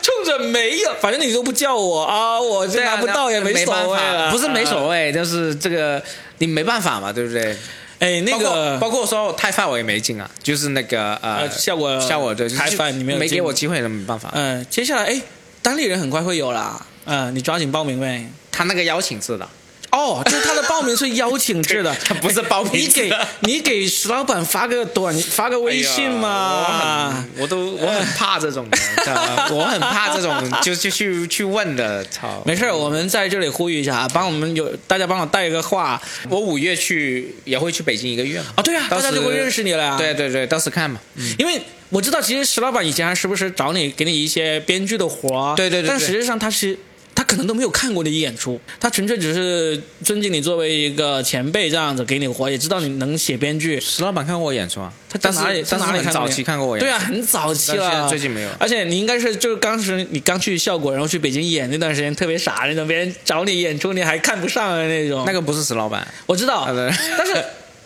S1: 冲着没有，反正你都不叫我啊，我这
S2: 对啊
S1: 拿不到也
S2: 没
S1: 所谓
S2: 办法
S1: 了，
S2: 不是没
S1: 啊
S2: 所谓，就是这个你没办法嘛，对不对？
S1: 哎，那
S2: 包
S1: 个
S2: 括包括我说我太饭我也没进啊，就是那个呃
S1: 呃效果
S2: 效果对就是
S1: 太饭你没有
S2: 没
S1: 进
S2: 给我机会了，没办法。
S1: 嗯，接下来哎，单立人很快会有啦，嗯，你抓紧报名呗。
S2: 他那个邀请制的，
S1: 哦，就是他的报名是邀请制 *laughs* 的
S2: 对，他不是报名
S1: 你
S2: 制
S1: 给
S2: 的
S1: 你给石老板发个短发个微信嘛
S2: 哎呀，我很我都我很怕这种的， *laughs* 操我很怕这种就就去去问的，操！
S1: 没事儿，我们在这里呼吁一下啊，帮我们有大家帮我带一个话
S2: 我五月去也会去北京一个月嘛。
S1: 啊，对啊，
S2: 到
S1: 大
S2: 时
S1: 家就会认识你了呀、
S2: 对，对对，到时看嘛。
S1: 因为我知道其实石老板以前还时不时找你给你一些编剧的活儿，
S2: 对对对对
S1: 但实际上他是。他可能都没有看过你演出，他纯粹只是尊敬你作为一个前辈这样子给你活，也知道你能写编剧，
S2: 石老板看过我演出啊，
S1: 他在
S2: 但
S1: 哪里？
S2: 是
S1: 在
S2: 但是
S1: 哪里
S2: 很
S1: 看过
S2: 早
S1: 你
S2: 期看过我演，
S1: 对啊，，很早期
S2: 但是现
S1: 了。
S2: 在最近没有
S1: 而且你应该是就是当时你刚去效果，然后去北京演那段时间特别傻那种，别人找你演出你还看不上的那种。
S2: 那个不是石老板，
S1: 我知道
S2: 啊对，
S1: 但是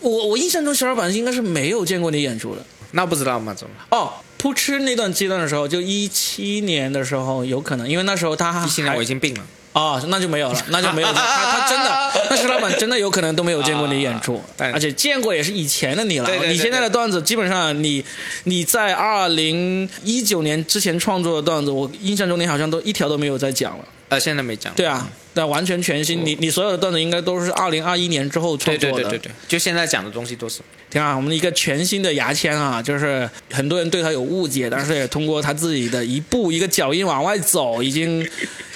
S1: 我我印象中小老板应该是没有见过你演出的。
S2: 那不知道嘛，怎么？
S1: 哦，扑哧那段阶段的时候，就一七年的时候有可能，因为那时候他还
S2: 一七年我已经病了，
S1: 哦，那就没有了，那就
S2: *laughs*
S1: 没有了。他他真的，那石老板真的有可能都没有见过你演出
S2: 啊，但
S1: 而且见过也是以前的你了。
S2: 对对对
S1: 你现在的段子基本上你你在二零一九年之前创作的段子，我印象中你好像都一条都没有再讲了。
S2: 呃，现在没讲。
S1: 对啊，那完全全新，你你所有的段子应该都是二零二一年之后创
S2: 嗯对
S1: 作
S2: 对
S1: 的。
S2: 对对对，就现在讲的东西都是
S1: 挺好，我们一个全新的牙签啊，就是很多人对他有误解，但是也通过他自己的一步一个脚印往外走，已经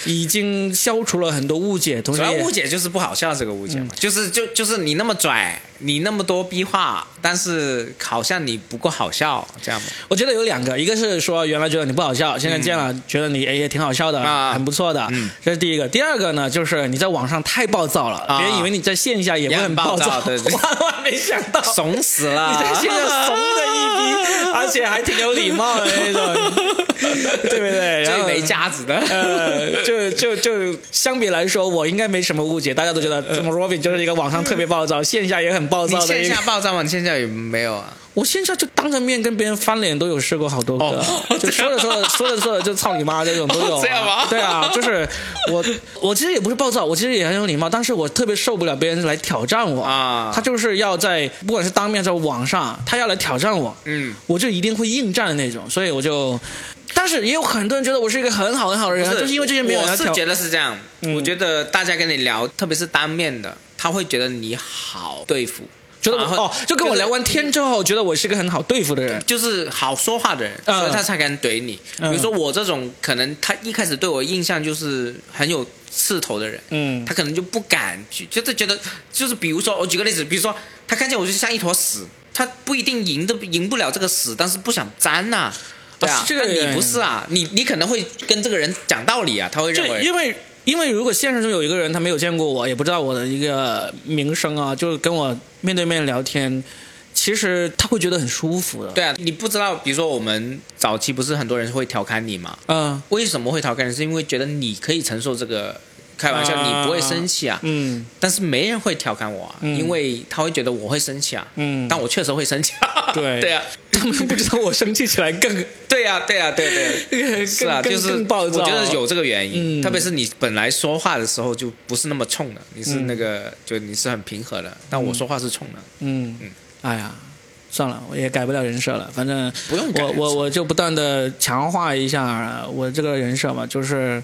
S1: 已经消除了很多误解，同时
S2: 主要
S1: 也
S2: 误解就是不好笑这个误解嘛，就是就就是你那么拽，你那么多逼话，但是好像你不够好笑，这样嘛。
S1: 我觉得有两个，一个是说原来觉得你不好笑，现在见了、觉得你哎也挺好笑的，
S2: 啊
S1: 很不错的，
S2: 嗯
S1: 这是第一个。第二个呢，就是你在网上太暴躁了，
S2: 啊
S1: 别人以为你在线下也会
S2: 也很
S1: 很暴
S2: 暴躁对
S1: *laughs*
S2: 对
S1: 万万没想到，
S2: 怂死了！ *laughs*
S1: 你 *laughs* 这现在怂的一 *laughs* 逼，而且还挺有礼貌的那 *laughs* 种，对不对？然
S2: 最
S1: 后
S2: 没价值的。
S1: 呃，就 *laughs* 就就相比来说，我应该没什么误解，大家都觉得怎么 Robin 就是一个网上特别暴躁，线下也很
S2: *laughs*
S1: 暴
S2: 你
S1: 躁的
S2: 线
S1: 一个
S2: 下。 *laughs* 呃爆炸吗？你线下有没有啊？
S1: 我线下就当着面跟别人翻脸都有试过好多个，
S2: 哦
S1: *laughs* 就说着说着 *laughs* 说着说着就操你妈这种都有、啊。
S2: *laughs* 这样吗
S1: 对啊，就是我我其实也不是暴躁，我其实也很有礼貌，但是我特别受不了别人来挑战我
S2: 啊
S1: 他就是要在不管是当面在网上，他要来挑战我，
S2: 嗯，
S1: 我就一定会应战的那种，所以我就。但是也有很多人觉得我是一个很好很好的人，啊就是因为这些没有人嗯
S2: 我
S1: 来
S2: 是
S1: 挑
S2: 觉得是这样。我觉得大家跟你聊，特别是当面的，他会觉得你好对付，
S1: 觉得
S2: 然
S1: 我
S2: 后
S1: 哦，就跟我聊完天之后，觉得我是个很好对付的人。
S2: 就是好说话的人，
S1: 嗯
S2: 所以他才敢怼你。
S1: 嗯
S2: 比如说我这种，可能他一开始对我印象就是很有势头的人，
S1: 嗯
S2: 他可能就不敢去，就是觉得就是比如说，我举个例子，比如说他看见我就像一坨屎，他不一定赢的赢不了这个屎，但是不想沾呐、对啊
S1: 啊，是
S2: 那、
S1: 这个
S2: 你不是啊，你你可能会跟这个人讲道理啊，他会
S1: 就
S2: 认为
S1: 因为因为如果现实中有一个人他没有见过我，也不知道我的一个名声啊，就是跟我面对面聊天，其实他会觉得很舒服的。，
S2: 对啊，你不知道，比如说我们早期不是很多人会调侃你嘛，
S1: 嗯
S2: 为什么会调侃你？是因为觉得你可以承受这个开玩笑，
S1: 啊
S2: 你不会生气啊。
S1: 嗯，
S2: 但是没人会调侃我啊，
S1: 嗯
S2: 因为他会觉得我会生气啊。
S1: 嗯
S2: 但我确实会生气、啊。
S1: 对
S2: *laughs* 对啊，
S1: 他们不知道我 *laughs* 生气起来更
S2: 对啊，对啊，对对。
S1: 更
S2: 是啊，
S1: 更
S2: 就是
S1: 更暴
S2: 我
S1: 躁。
S2: 觉得有这个原因，
S1: 嗯
S2: 特别是你本来说话的时候就不是那么冲的，你是那个就你是很平和的，但我说话是冲的，
S1: 嗯
S2: 嗯，
S1: 哎呀。算了，我也改不了人设了，反正
S2: 不用改
S1: 我我我就不断的强化一下我这个人设嘛，就是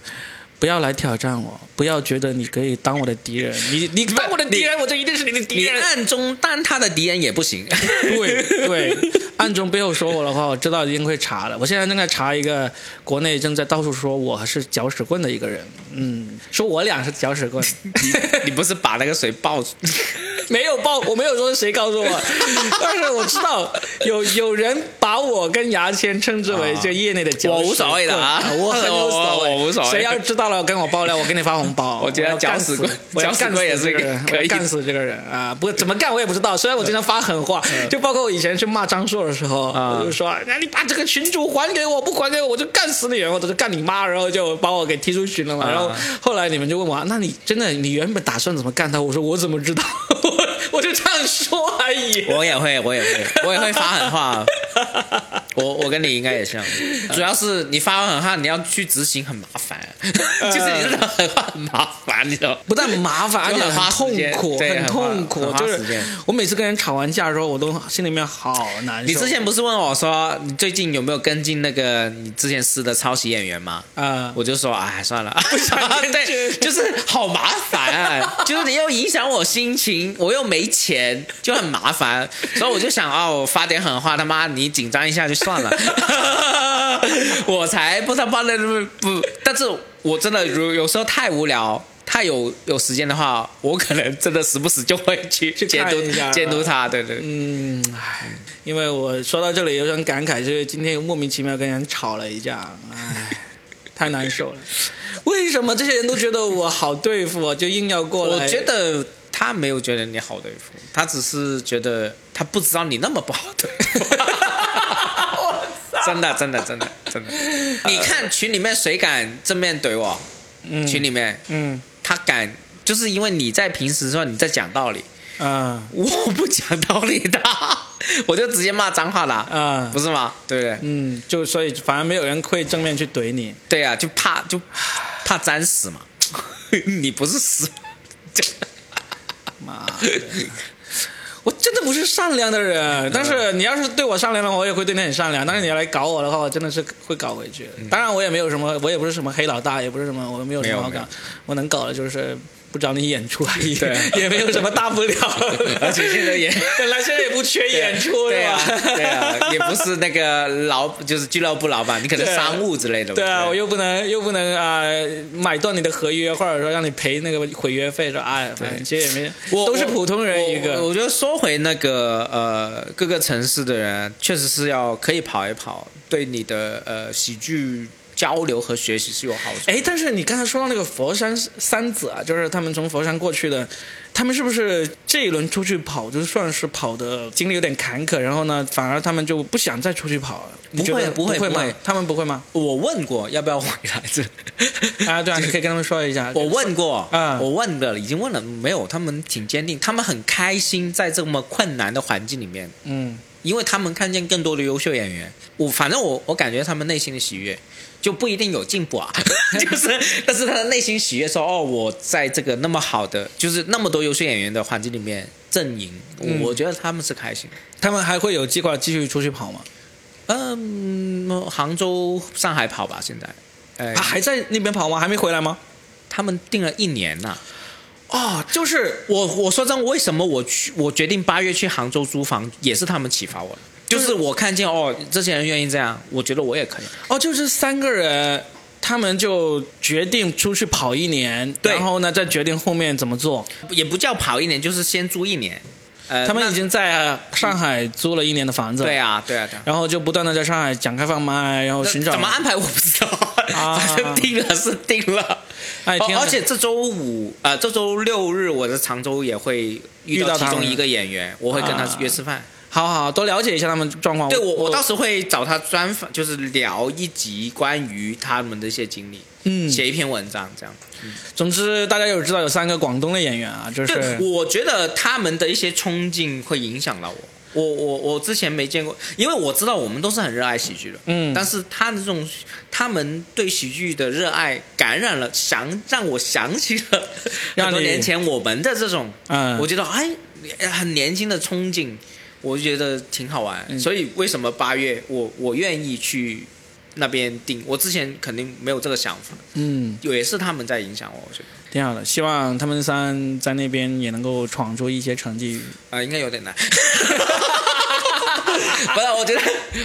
S1: 不要来挑战我，不要觉得你可以当我的敌人，你你当我的敌人，我就一定是你的敌
S2: 你
S1: 人。
S2: 暗中当他的敌人也不行。
S1: *laughs* 对对，暗中背后说我的话，我知道一定会查的。我现在正在查一个国内正在到处说我是搅屎棍的一个人，嗯，说我俩是搅屎棍，
S2: *laughs* 你你不是把那个谁抱住？
S1: 没有报，我没有说是谁告诉我， *laughs* 但是我知道有有人把我跟牙签称之为这业内的搅屎棍、嗯
S2: 我无所谓的啊
S1: 我很有所
S2: *laughs*
S1: 谓，
S2: 我我无所谓
S1: 谁要知道了跟我爆料，我给你发红
S2: *laughs*
S1: 包。
S2: 我觉得
S1: 要干死
S2: 搅屎棍
S1: 我要
S2: 搅屎
S1: 干
S2: 棍
S1: 死
S2: 也是一个
S1: 这个人，
S2: 可以
S1: 我要干死这个人啊！不怎么干我也不知道，虽然我经常发狠话，
S2: 嗯
S1: 就包括我以前去骂张硕的时候，
S2: 啊
S1: 我就说，那你把这个群主还给我，不还给我我就干死你，然后他就干你妈，然后就把我给踢出群了嘛。
S2: 啊
S1: 然后 *laughs* 后来你们就问我，啊那你真的你原本打算怎么干他？我说我怎么知道， *laughs* 我我就这样说而已。
S2: *laughs* 我也会，我也会，我也会发狠话。 *laughs* 我我跟你应该也是这样子，主要是你发完狠话，你要去执行很麻烦， *laughs* 就是你这种狠话很麻烦，你知道吗？
S1: *laughs* 不但麻烦，而且
S2: 就很花时
S1: 痛
S2: 间
S1: 苦，
S2: 对
S1: 很
S2: 很
S1: 痛
S2: 花
S1: 苦
S2: 很。花
S1: 就是
S2: 时间
S1: 我每次跟人吵完架之后，我都心里面好难受。
S2: 你之前不是问我说你最近有没有跟进那个你之前撕的抄袭演员吗？
S1: 啊，
S2: 我就说哎算了，
S1: 不想跟
S2: 对，
S1: 进
S2: 就是好麻烦、啊就是你又影响我心情，我又没钱，就很麻烦。所以我就想啊、我发点狠话，他妈你紧张一下就算了， *laughs* 我才不他妈的不，但是我真的如有时候太无聊。太有有时间的话，我可能真的时不时就会去
S1: 去
S2: 监
S1: 看
S2: 督
S1: 一下啊
S2: 监督他，对对对
S1: 嗯，唉，因为我说到这里有点感慨，就是今天莫名其妙跟人吵了一架，
S2: *laughs*
S1: 唉，太难受了。为什么这些人都觉得我好对付，就硬要过来？
S2: 我觉得他没有觉得你好对付，他只是觉得他不知道你那么不好对付。真的，真的，真的，真的。 *laughs* 你看群里面谁敢正面怼我？
S1: 嗯
S2: 群里面
S1: 嗯
S2: 他敢，就是因为你在平时的时候你在讲道理， *laughs*
S1: 啊
S2: 我不讲道理的， *laughs* 我就直接骂脏话了，
S1: 啊
S2: 不，是吗？对不对？
S1: 嗯，就所以反而没有人会正面去怼你。
S2: 对啊，就怕就怕沾屎嘛。 *laughs* 你不是屎， *laughs*
S1: 妈的，我真的不是善良的人。但是
S2: 嗯
S1: 你要是对我善良的话，我也会对你很善良。但是你要来搞我的话，我真的是会搞回去。
S2: 嗯
S1: 当然，我也没有什么，我也不是什么黑老大，也不是什么，我没有什么好
S2: 没有没
S1: 搞
S2: 有。
S1: 我能搞的就是不找你演出
S2: *laughs*
S1: 而已
S2: 对，
S1: 也没有什么大不了。
S2: *laughs* 而且现
S1: *laughs*
S2: 在也
S1: 本来现在也不缺演出，
S2: 对
S1: 是
S2: 啊
S1: 吧？，
S2: 对啊，也不是那个老，就是俱乐部老板，你可能
S1: 对啊
S2: 商务之类的吧。
S1: *laughs* 对啊，我又不能又不能啊、买断你的合约，或者说让你赔那个毁约费，说哎，反正其实也没，
S2: 我
S1: 都是普通人一
S2: 我我
S1: 个。
S2: 我觉得说回那个呃，各个城市的人，确实是要可以跑一跑，对你的呃喜剧交流和学习是有好处。
S1: 哎，但是你刚才说到那个佛山三子啊，就是他们从佛山过去的，他们是不是这一轮出去跑，就算是跑的经历有点坎坷，然后呢，反而他们就不想再出去跑了？你觉得
S2: 不会
S1: 不会
S2: 不会不
S1: 吗
S2: 会？
S1: 他们不会 *laughs* 吗？
S2: 我问过要不要回来这，
S1: 啊，对啊，你可以跟他们说一
S2: *laughs*
S1: 下。
S2: 我问过，
S1: 嗯
S2: 我问的已经问了，没有，他们挺坚定，他们很开心在这么困难的环境里面，
S1: 嗯
S2: 因为他们看见更多的优秀演员。我反正我我感觉他们内心的喜悦，就不一定有进步啊， *laughs* 就是，但是他的内心喜悦说，哦，我在这个那么好的，就是那么多优秀演员的环境里面阵营，
S1: 嗯
S2: 我觉得他们是开心的。
S1: 他们还会有计划继续出去跑吗？
S2: 嗯，杭州、上海跑吧，现在，哎，
S1: 啊，还在那边跑吗？还没回来吗？
S2: 他们定了一年呐、
S1: 哦，就是
S2: 我我说真的，为什么我去我决定八月去杭州租房，也是他们启发我的。就是我看见哦，这些人愿意这样，我觉得我也可以。
S1: 哦，就是三个人，他们就决定出去跑一年，
S2: 对
S1: 然后呢再决定后面怎么做。
S2: 也不叫跑一年，就是先租一年。呃，
S1: 他们
S2: 那
S1: 已经在上海租了一年的房子，
S2: 对啊，对啊，对啊。
S1: 然后就不断的在上海讲开放麦，然后寻找
S2: 怎么安排我不知道，*laughs*
S1: 啊
S2: 反正定了是定了。
S1: 哎，
S2: 哦
S1: 挺好
S2: 而且这周五呃，这周六日我在常州也会遇
S1: 遇到
S2: 到其
S1: 他
S2: 中
S1: 们
S2: 一个演员，我会跟他
S1: 啊
S2: 约吃饭。
S1: 好好多了解一下他们状况。
S2: 对我，我到时候会找他专访，就是聊一集关于他们的一些经历，
S1: 嗯，
S2: 写一篇文章这样。
S1: 总之大家有知道有三个广东的演员啊，就
S2: 对，
S1: 是
S2: 我觉得他们的一些冲劲会影响到我。我我我之前没见过，因为我知道我们都是很热爱喜剧的，
S1: 嗯
S2: 但是他的这种，他们对喜剧的热爱感染了，想让我想起了
S1: 让
S2: 很
S1: 你
S2: 多年前我们的这种，
S1: 嗯
S2: 我觉得哎，很年轻的冲劲，我觉得挺好玩，
S1: 嗯
S2: 所以为什么八月我我愿意去那边订？我之前肯定没有这个想法，
S1: 嗯，
S2: 也是他们在影响我，我觉得
S1: 挺好的。希望他们三在那边也能够闯出一些成绩。
S2: 啊、应该有点难。 *laughs* 不是，我觉得，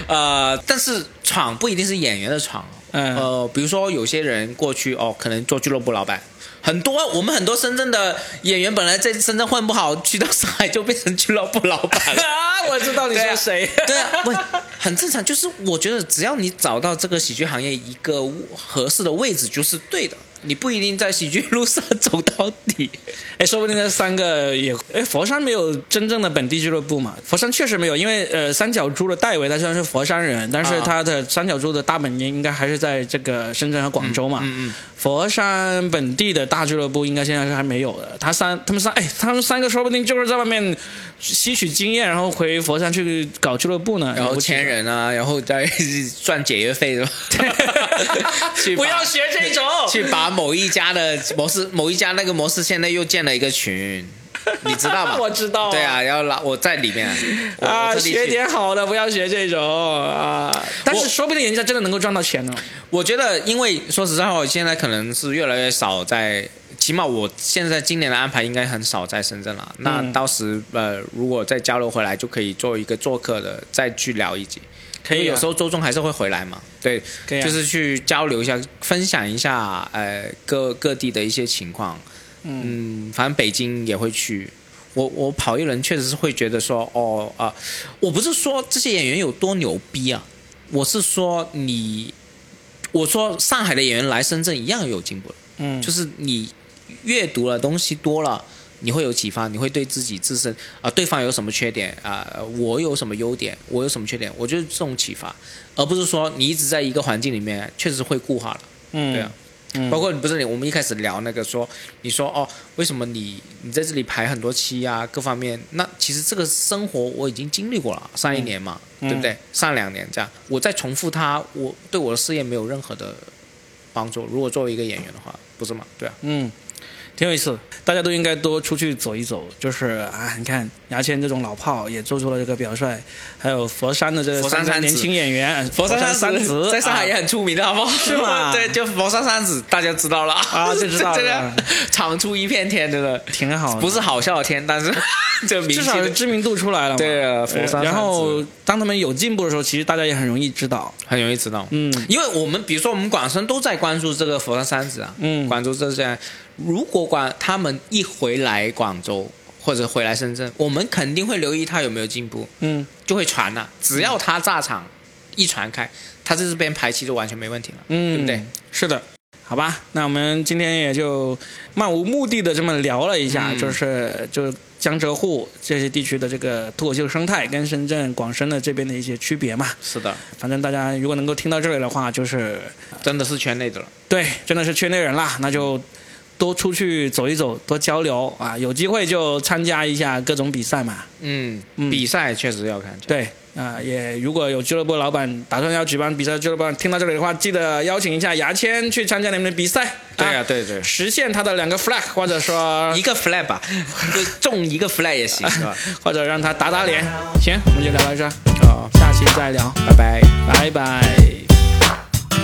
S2: 呃，但是闯不一定是演员的闯，
S1: 嗯
S2: 呃，比如说有些人过去哦，可能做俱乐部老板，很多我们很多深圳的演员本来在深圳混不好，去到上海就变成俱乐部老板了。
S1: 啊，我知道 *laughs* 你
S2: 对啊
S1: 说谁。
S2: *laughs* 对啊，不很正常，就是我觉得只要你找到这个喜剧行业一个合适的位置，就是对的。你不一定在喜剧路上走到底。
S1: 哎，说不定那三个也，哎，佛山没有真正的本地俱乐部嘛？佛山确实没有，因为呃，三角洲的戴维他虽然是佛山人，但是
S2: 啊
S1: 他的三角洲的大本营应该还是在这个深圳和广州嘛。
S2: 嗯嗯
S1: 佛山本地的大俱乐部应该现在是还没有的。他三，他们三，哎，他们三个说不定就是在外面吸取经验，然后回佛山去搞俱乐部呢。
S2: 然后
S1: 了不起
S2: 签人啊，然后再 *laughs* 赚解约费是
S1: *laughs*
S2: 吧？去把
S1: 不要学这种
S2: *laughs* 去把某一家的模式，某一家那个模式现在又建了一个群，你知道吧？
S1: *laughs* 我知道啊
S2: 对啊，然后拉我在里面我我
S1: 啊，
S2: 特地去
S1: 学点好的，不要学这种啊！但是
S2: 我
S1: 说不定人家真的能够赚到钱呢。
S2: 我觉得，因为说实在话，我现在可能是越来越少在，起码我现在今年的安排应该很少在深圳了。那
S1: 嗯
S2: 到时呃，如果再交流回来，就可以做一个做客的，再去聊一集。
S1: 可以啊
S2: 因为有时候周中还是会回来嘛，对，
S1: 可以啊
S2: 就是去交流一下，分享一下呃各各地的一些情况。嗯，反正北京也会去。我我跑一轮确实是会觉得说，哦啊、我不是说这些演员有多牛逼啊，我是说你，我说上海的演员来深圳一样有进步了，
S1: 嗯，
S2: 就是你阅读了东西多了。你会有启发，你会对自己自身啊、对方有什么缺点啊、我有什么优点，我有什么缺点，我就是这种启发，而不是说你一直在一个环境里面，确实会固化了。
S1: 嗯，
S2: 对啊，
S1: 嗯
S2: 包括你不是你，我们一开始聊那个说，你说哦，为什么你你在这里排很多期啊，各方面，那其实这个生活我已经经历过了，上一年嘛，
S1: 嗯
S2: 对不对？上两年这样，我再重复它，我对我的事业没有任何的帮助。如果作为一个演员的话，不是吗？对啊，
S1: 嗯，挺有意思的，大家都应该多出去走一走。就是啊，你看牙签这种老炮也做出了这个表率，还有佛山的这
S2: 佛山
S1: 三个
S2: 三子
S1: 年轻演员，佛三子
S2: 在上海也
S1: 啊
S2: 很出名的，好不好？是
S1: 吗
S2: *laughs* 对，就佛山三子，大家知道了
S1: 啊这知道
S2: *laughs*
S1: 了
S2: 这个闯出一片天，真的
S1: 挺好的，
S2: 不是好笑的天，但是 *laughs* 这明
S1: 至
S2: 星
S1: 少
S2: 的
S1: 知名度出来了嘛。
S2: 对啊
S1: 呃
S2: 佛山三子
S1: 然后当他们有进步的时候，其实大家也很容易知道。
S2: 很容易知道，
S1: 嗯
S2: 因为我们比如说我们广深都在关注这个佛山三子啊，
S1: 嗯
S2: 广州这些，如果广他们一回来广州或者回来深圳，我们肯定会留意他有没有进步，
S1: 嗯，
S2: 就会传了、只要他炸场、一传开，他在这边排期就完全没问题了，
S1: 嗯
S2: 对不对？
S1: 是的。好吧，那我们今天也就漫无目的的这么聊了一下，
S2: 嗯
S1: 就是就是江浙沪这些地区的这个脱口秀生态跟深圳、广深的这边的一些区别嘛。
S2: 是的，
S1: 反正大家如果能够听到这里的话，就是
S2: 真的是圈内的了，
S1: 对，真的是圈内人啦，那就多出去走一走，多交流啊，有机会就参加一下各种比赛嘛。
S2: 嗯，
S1: 嗯
S2: 比赛确实要看，
S1: 对，啊、也如果有俱乐部老板打算要举办比赛，俱乐部老板听到这里的话，记得邀请一下牙签去参加你们的比赛。
S2: 对啊，对对。
S1: 实现他的两个 flag，或者说
S2: 一个 flag 吧，就中一个 flag 也行， *laughs* 是吧？
S1: 或者让他打打脸。行，我们就聊到这儿，
S2: 好，
S1: 下期再聊，
S2: 哦拜拜。
S1: 拜拜。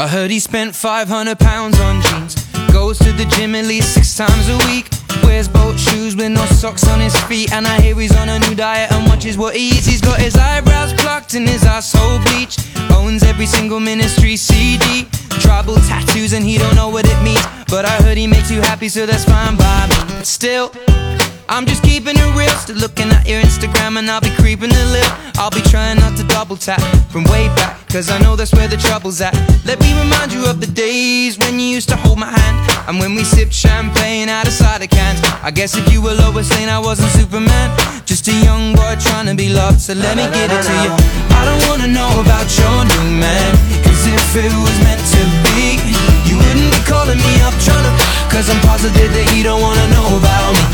S4: I heard he spent 500 pounds on jeans. Goes to the gym at least six times a week. Wears boat shoes with no socks on his feet. And I hear he's on a new diet and watches what he eats. He's got his eyebrows plucked and his asshole bleached. Owns every single ministry CD. Tribal tattoos and he don't know what it means. But I heard he makes you happy, so that's fine by me. Still, I'm just keeping it real. Still looking at your Instagram and I'll be creeping a little. I'll be trying not to double tap from way back, cause I know that's where the trouble's at. Let me remind you of the days when you used to hold my hand. And when we sipped champagne out of cider cans. I guess if you were Lois Lane, I wasn't Superman. Just a young boy trying to be loved, so let me get it to you. I don't wanna know about your new man. Cause if it was meant to be, you wouldn't be calling me up trying to. Cause I'm positive that you don't wanna know about me.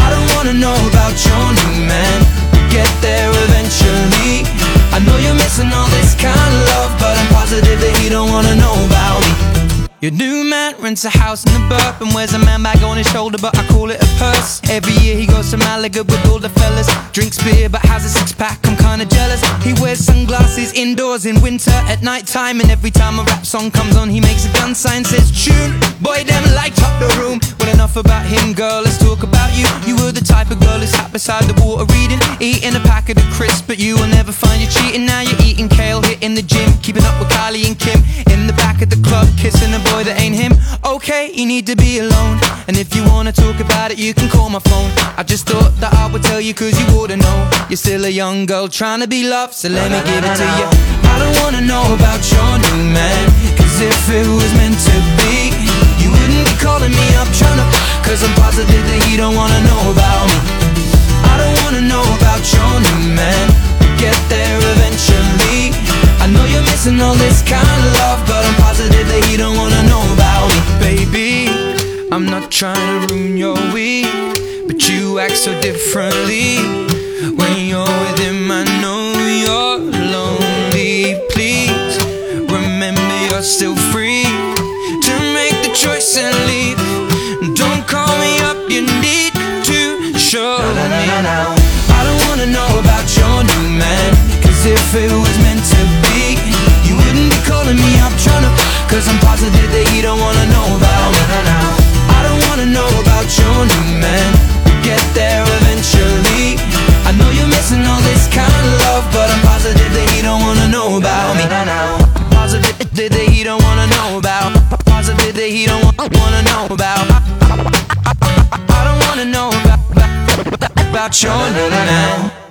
S4: I don't wanna know about your new man. We'll get there eventually. I know you're missing all this kind of love, but I'm positive that you don't wanna know about me. Your new man rents a house in the burp and wears a man bag on his shoulder, but I call it a purse. Every year he goes to Malaga with all the fellas. Drinks beer, but has a six pack, I'm kinda jealous. He wears sunglasses indoors in winter at night time, and every time a rap song comes on, he makes a gun sign, says tune. Boy, them light up the room. Well, enough about him, girl, let's talk about you. You were the type of girl who sat beside the water reading, eating a packet of crisps, but you will never find you cheating. Now you're eating kale, hitting the gym, keeping up with Kylie and Kim. In the back of the club, kissing a boy that ain't him. Okay, you need to be alone. And if you wanna talk about it, you can call my phone. I just thought that I would tell you, cause you oughta know. You're still a young girl trying to be loved, so let me give it to you. I I don't wanna know about your new man. Cause if it was meant to be, you wouldn't be calling me up trying to. Cause I'm positive that he don't wanna know about me. I don't wanna know about your new man. We'll get there eventually. I know you're missing all this kind of love, but I'm positive that he don't wanna know about me, baby. I'm not trying to ruin your week, but you act so differently. When you're with him, I know you're lonely. Please remember you're still free to make the choice and leave. Don't call me up, you need to show me now. I don't wanna know about your new man, cause if it was meant to be, you wouldn't be calling me up trying to. Cause I'm positive that he don't wanna know about me. I don't wanna know about your new man. We'll get there eventually. I know you're missing all this kind of love, but I'm positive that he don't wanna know about me. Positive that he don't wanna know about. Positive that he don't wa- wanna know about. I don't wanna know about, about, about your new man.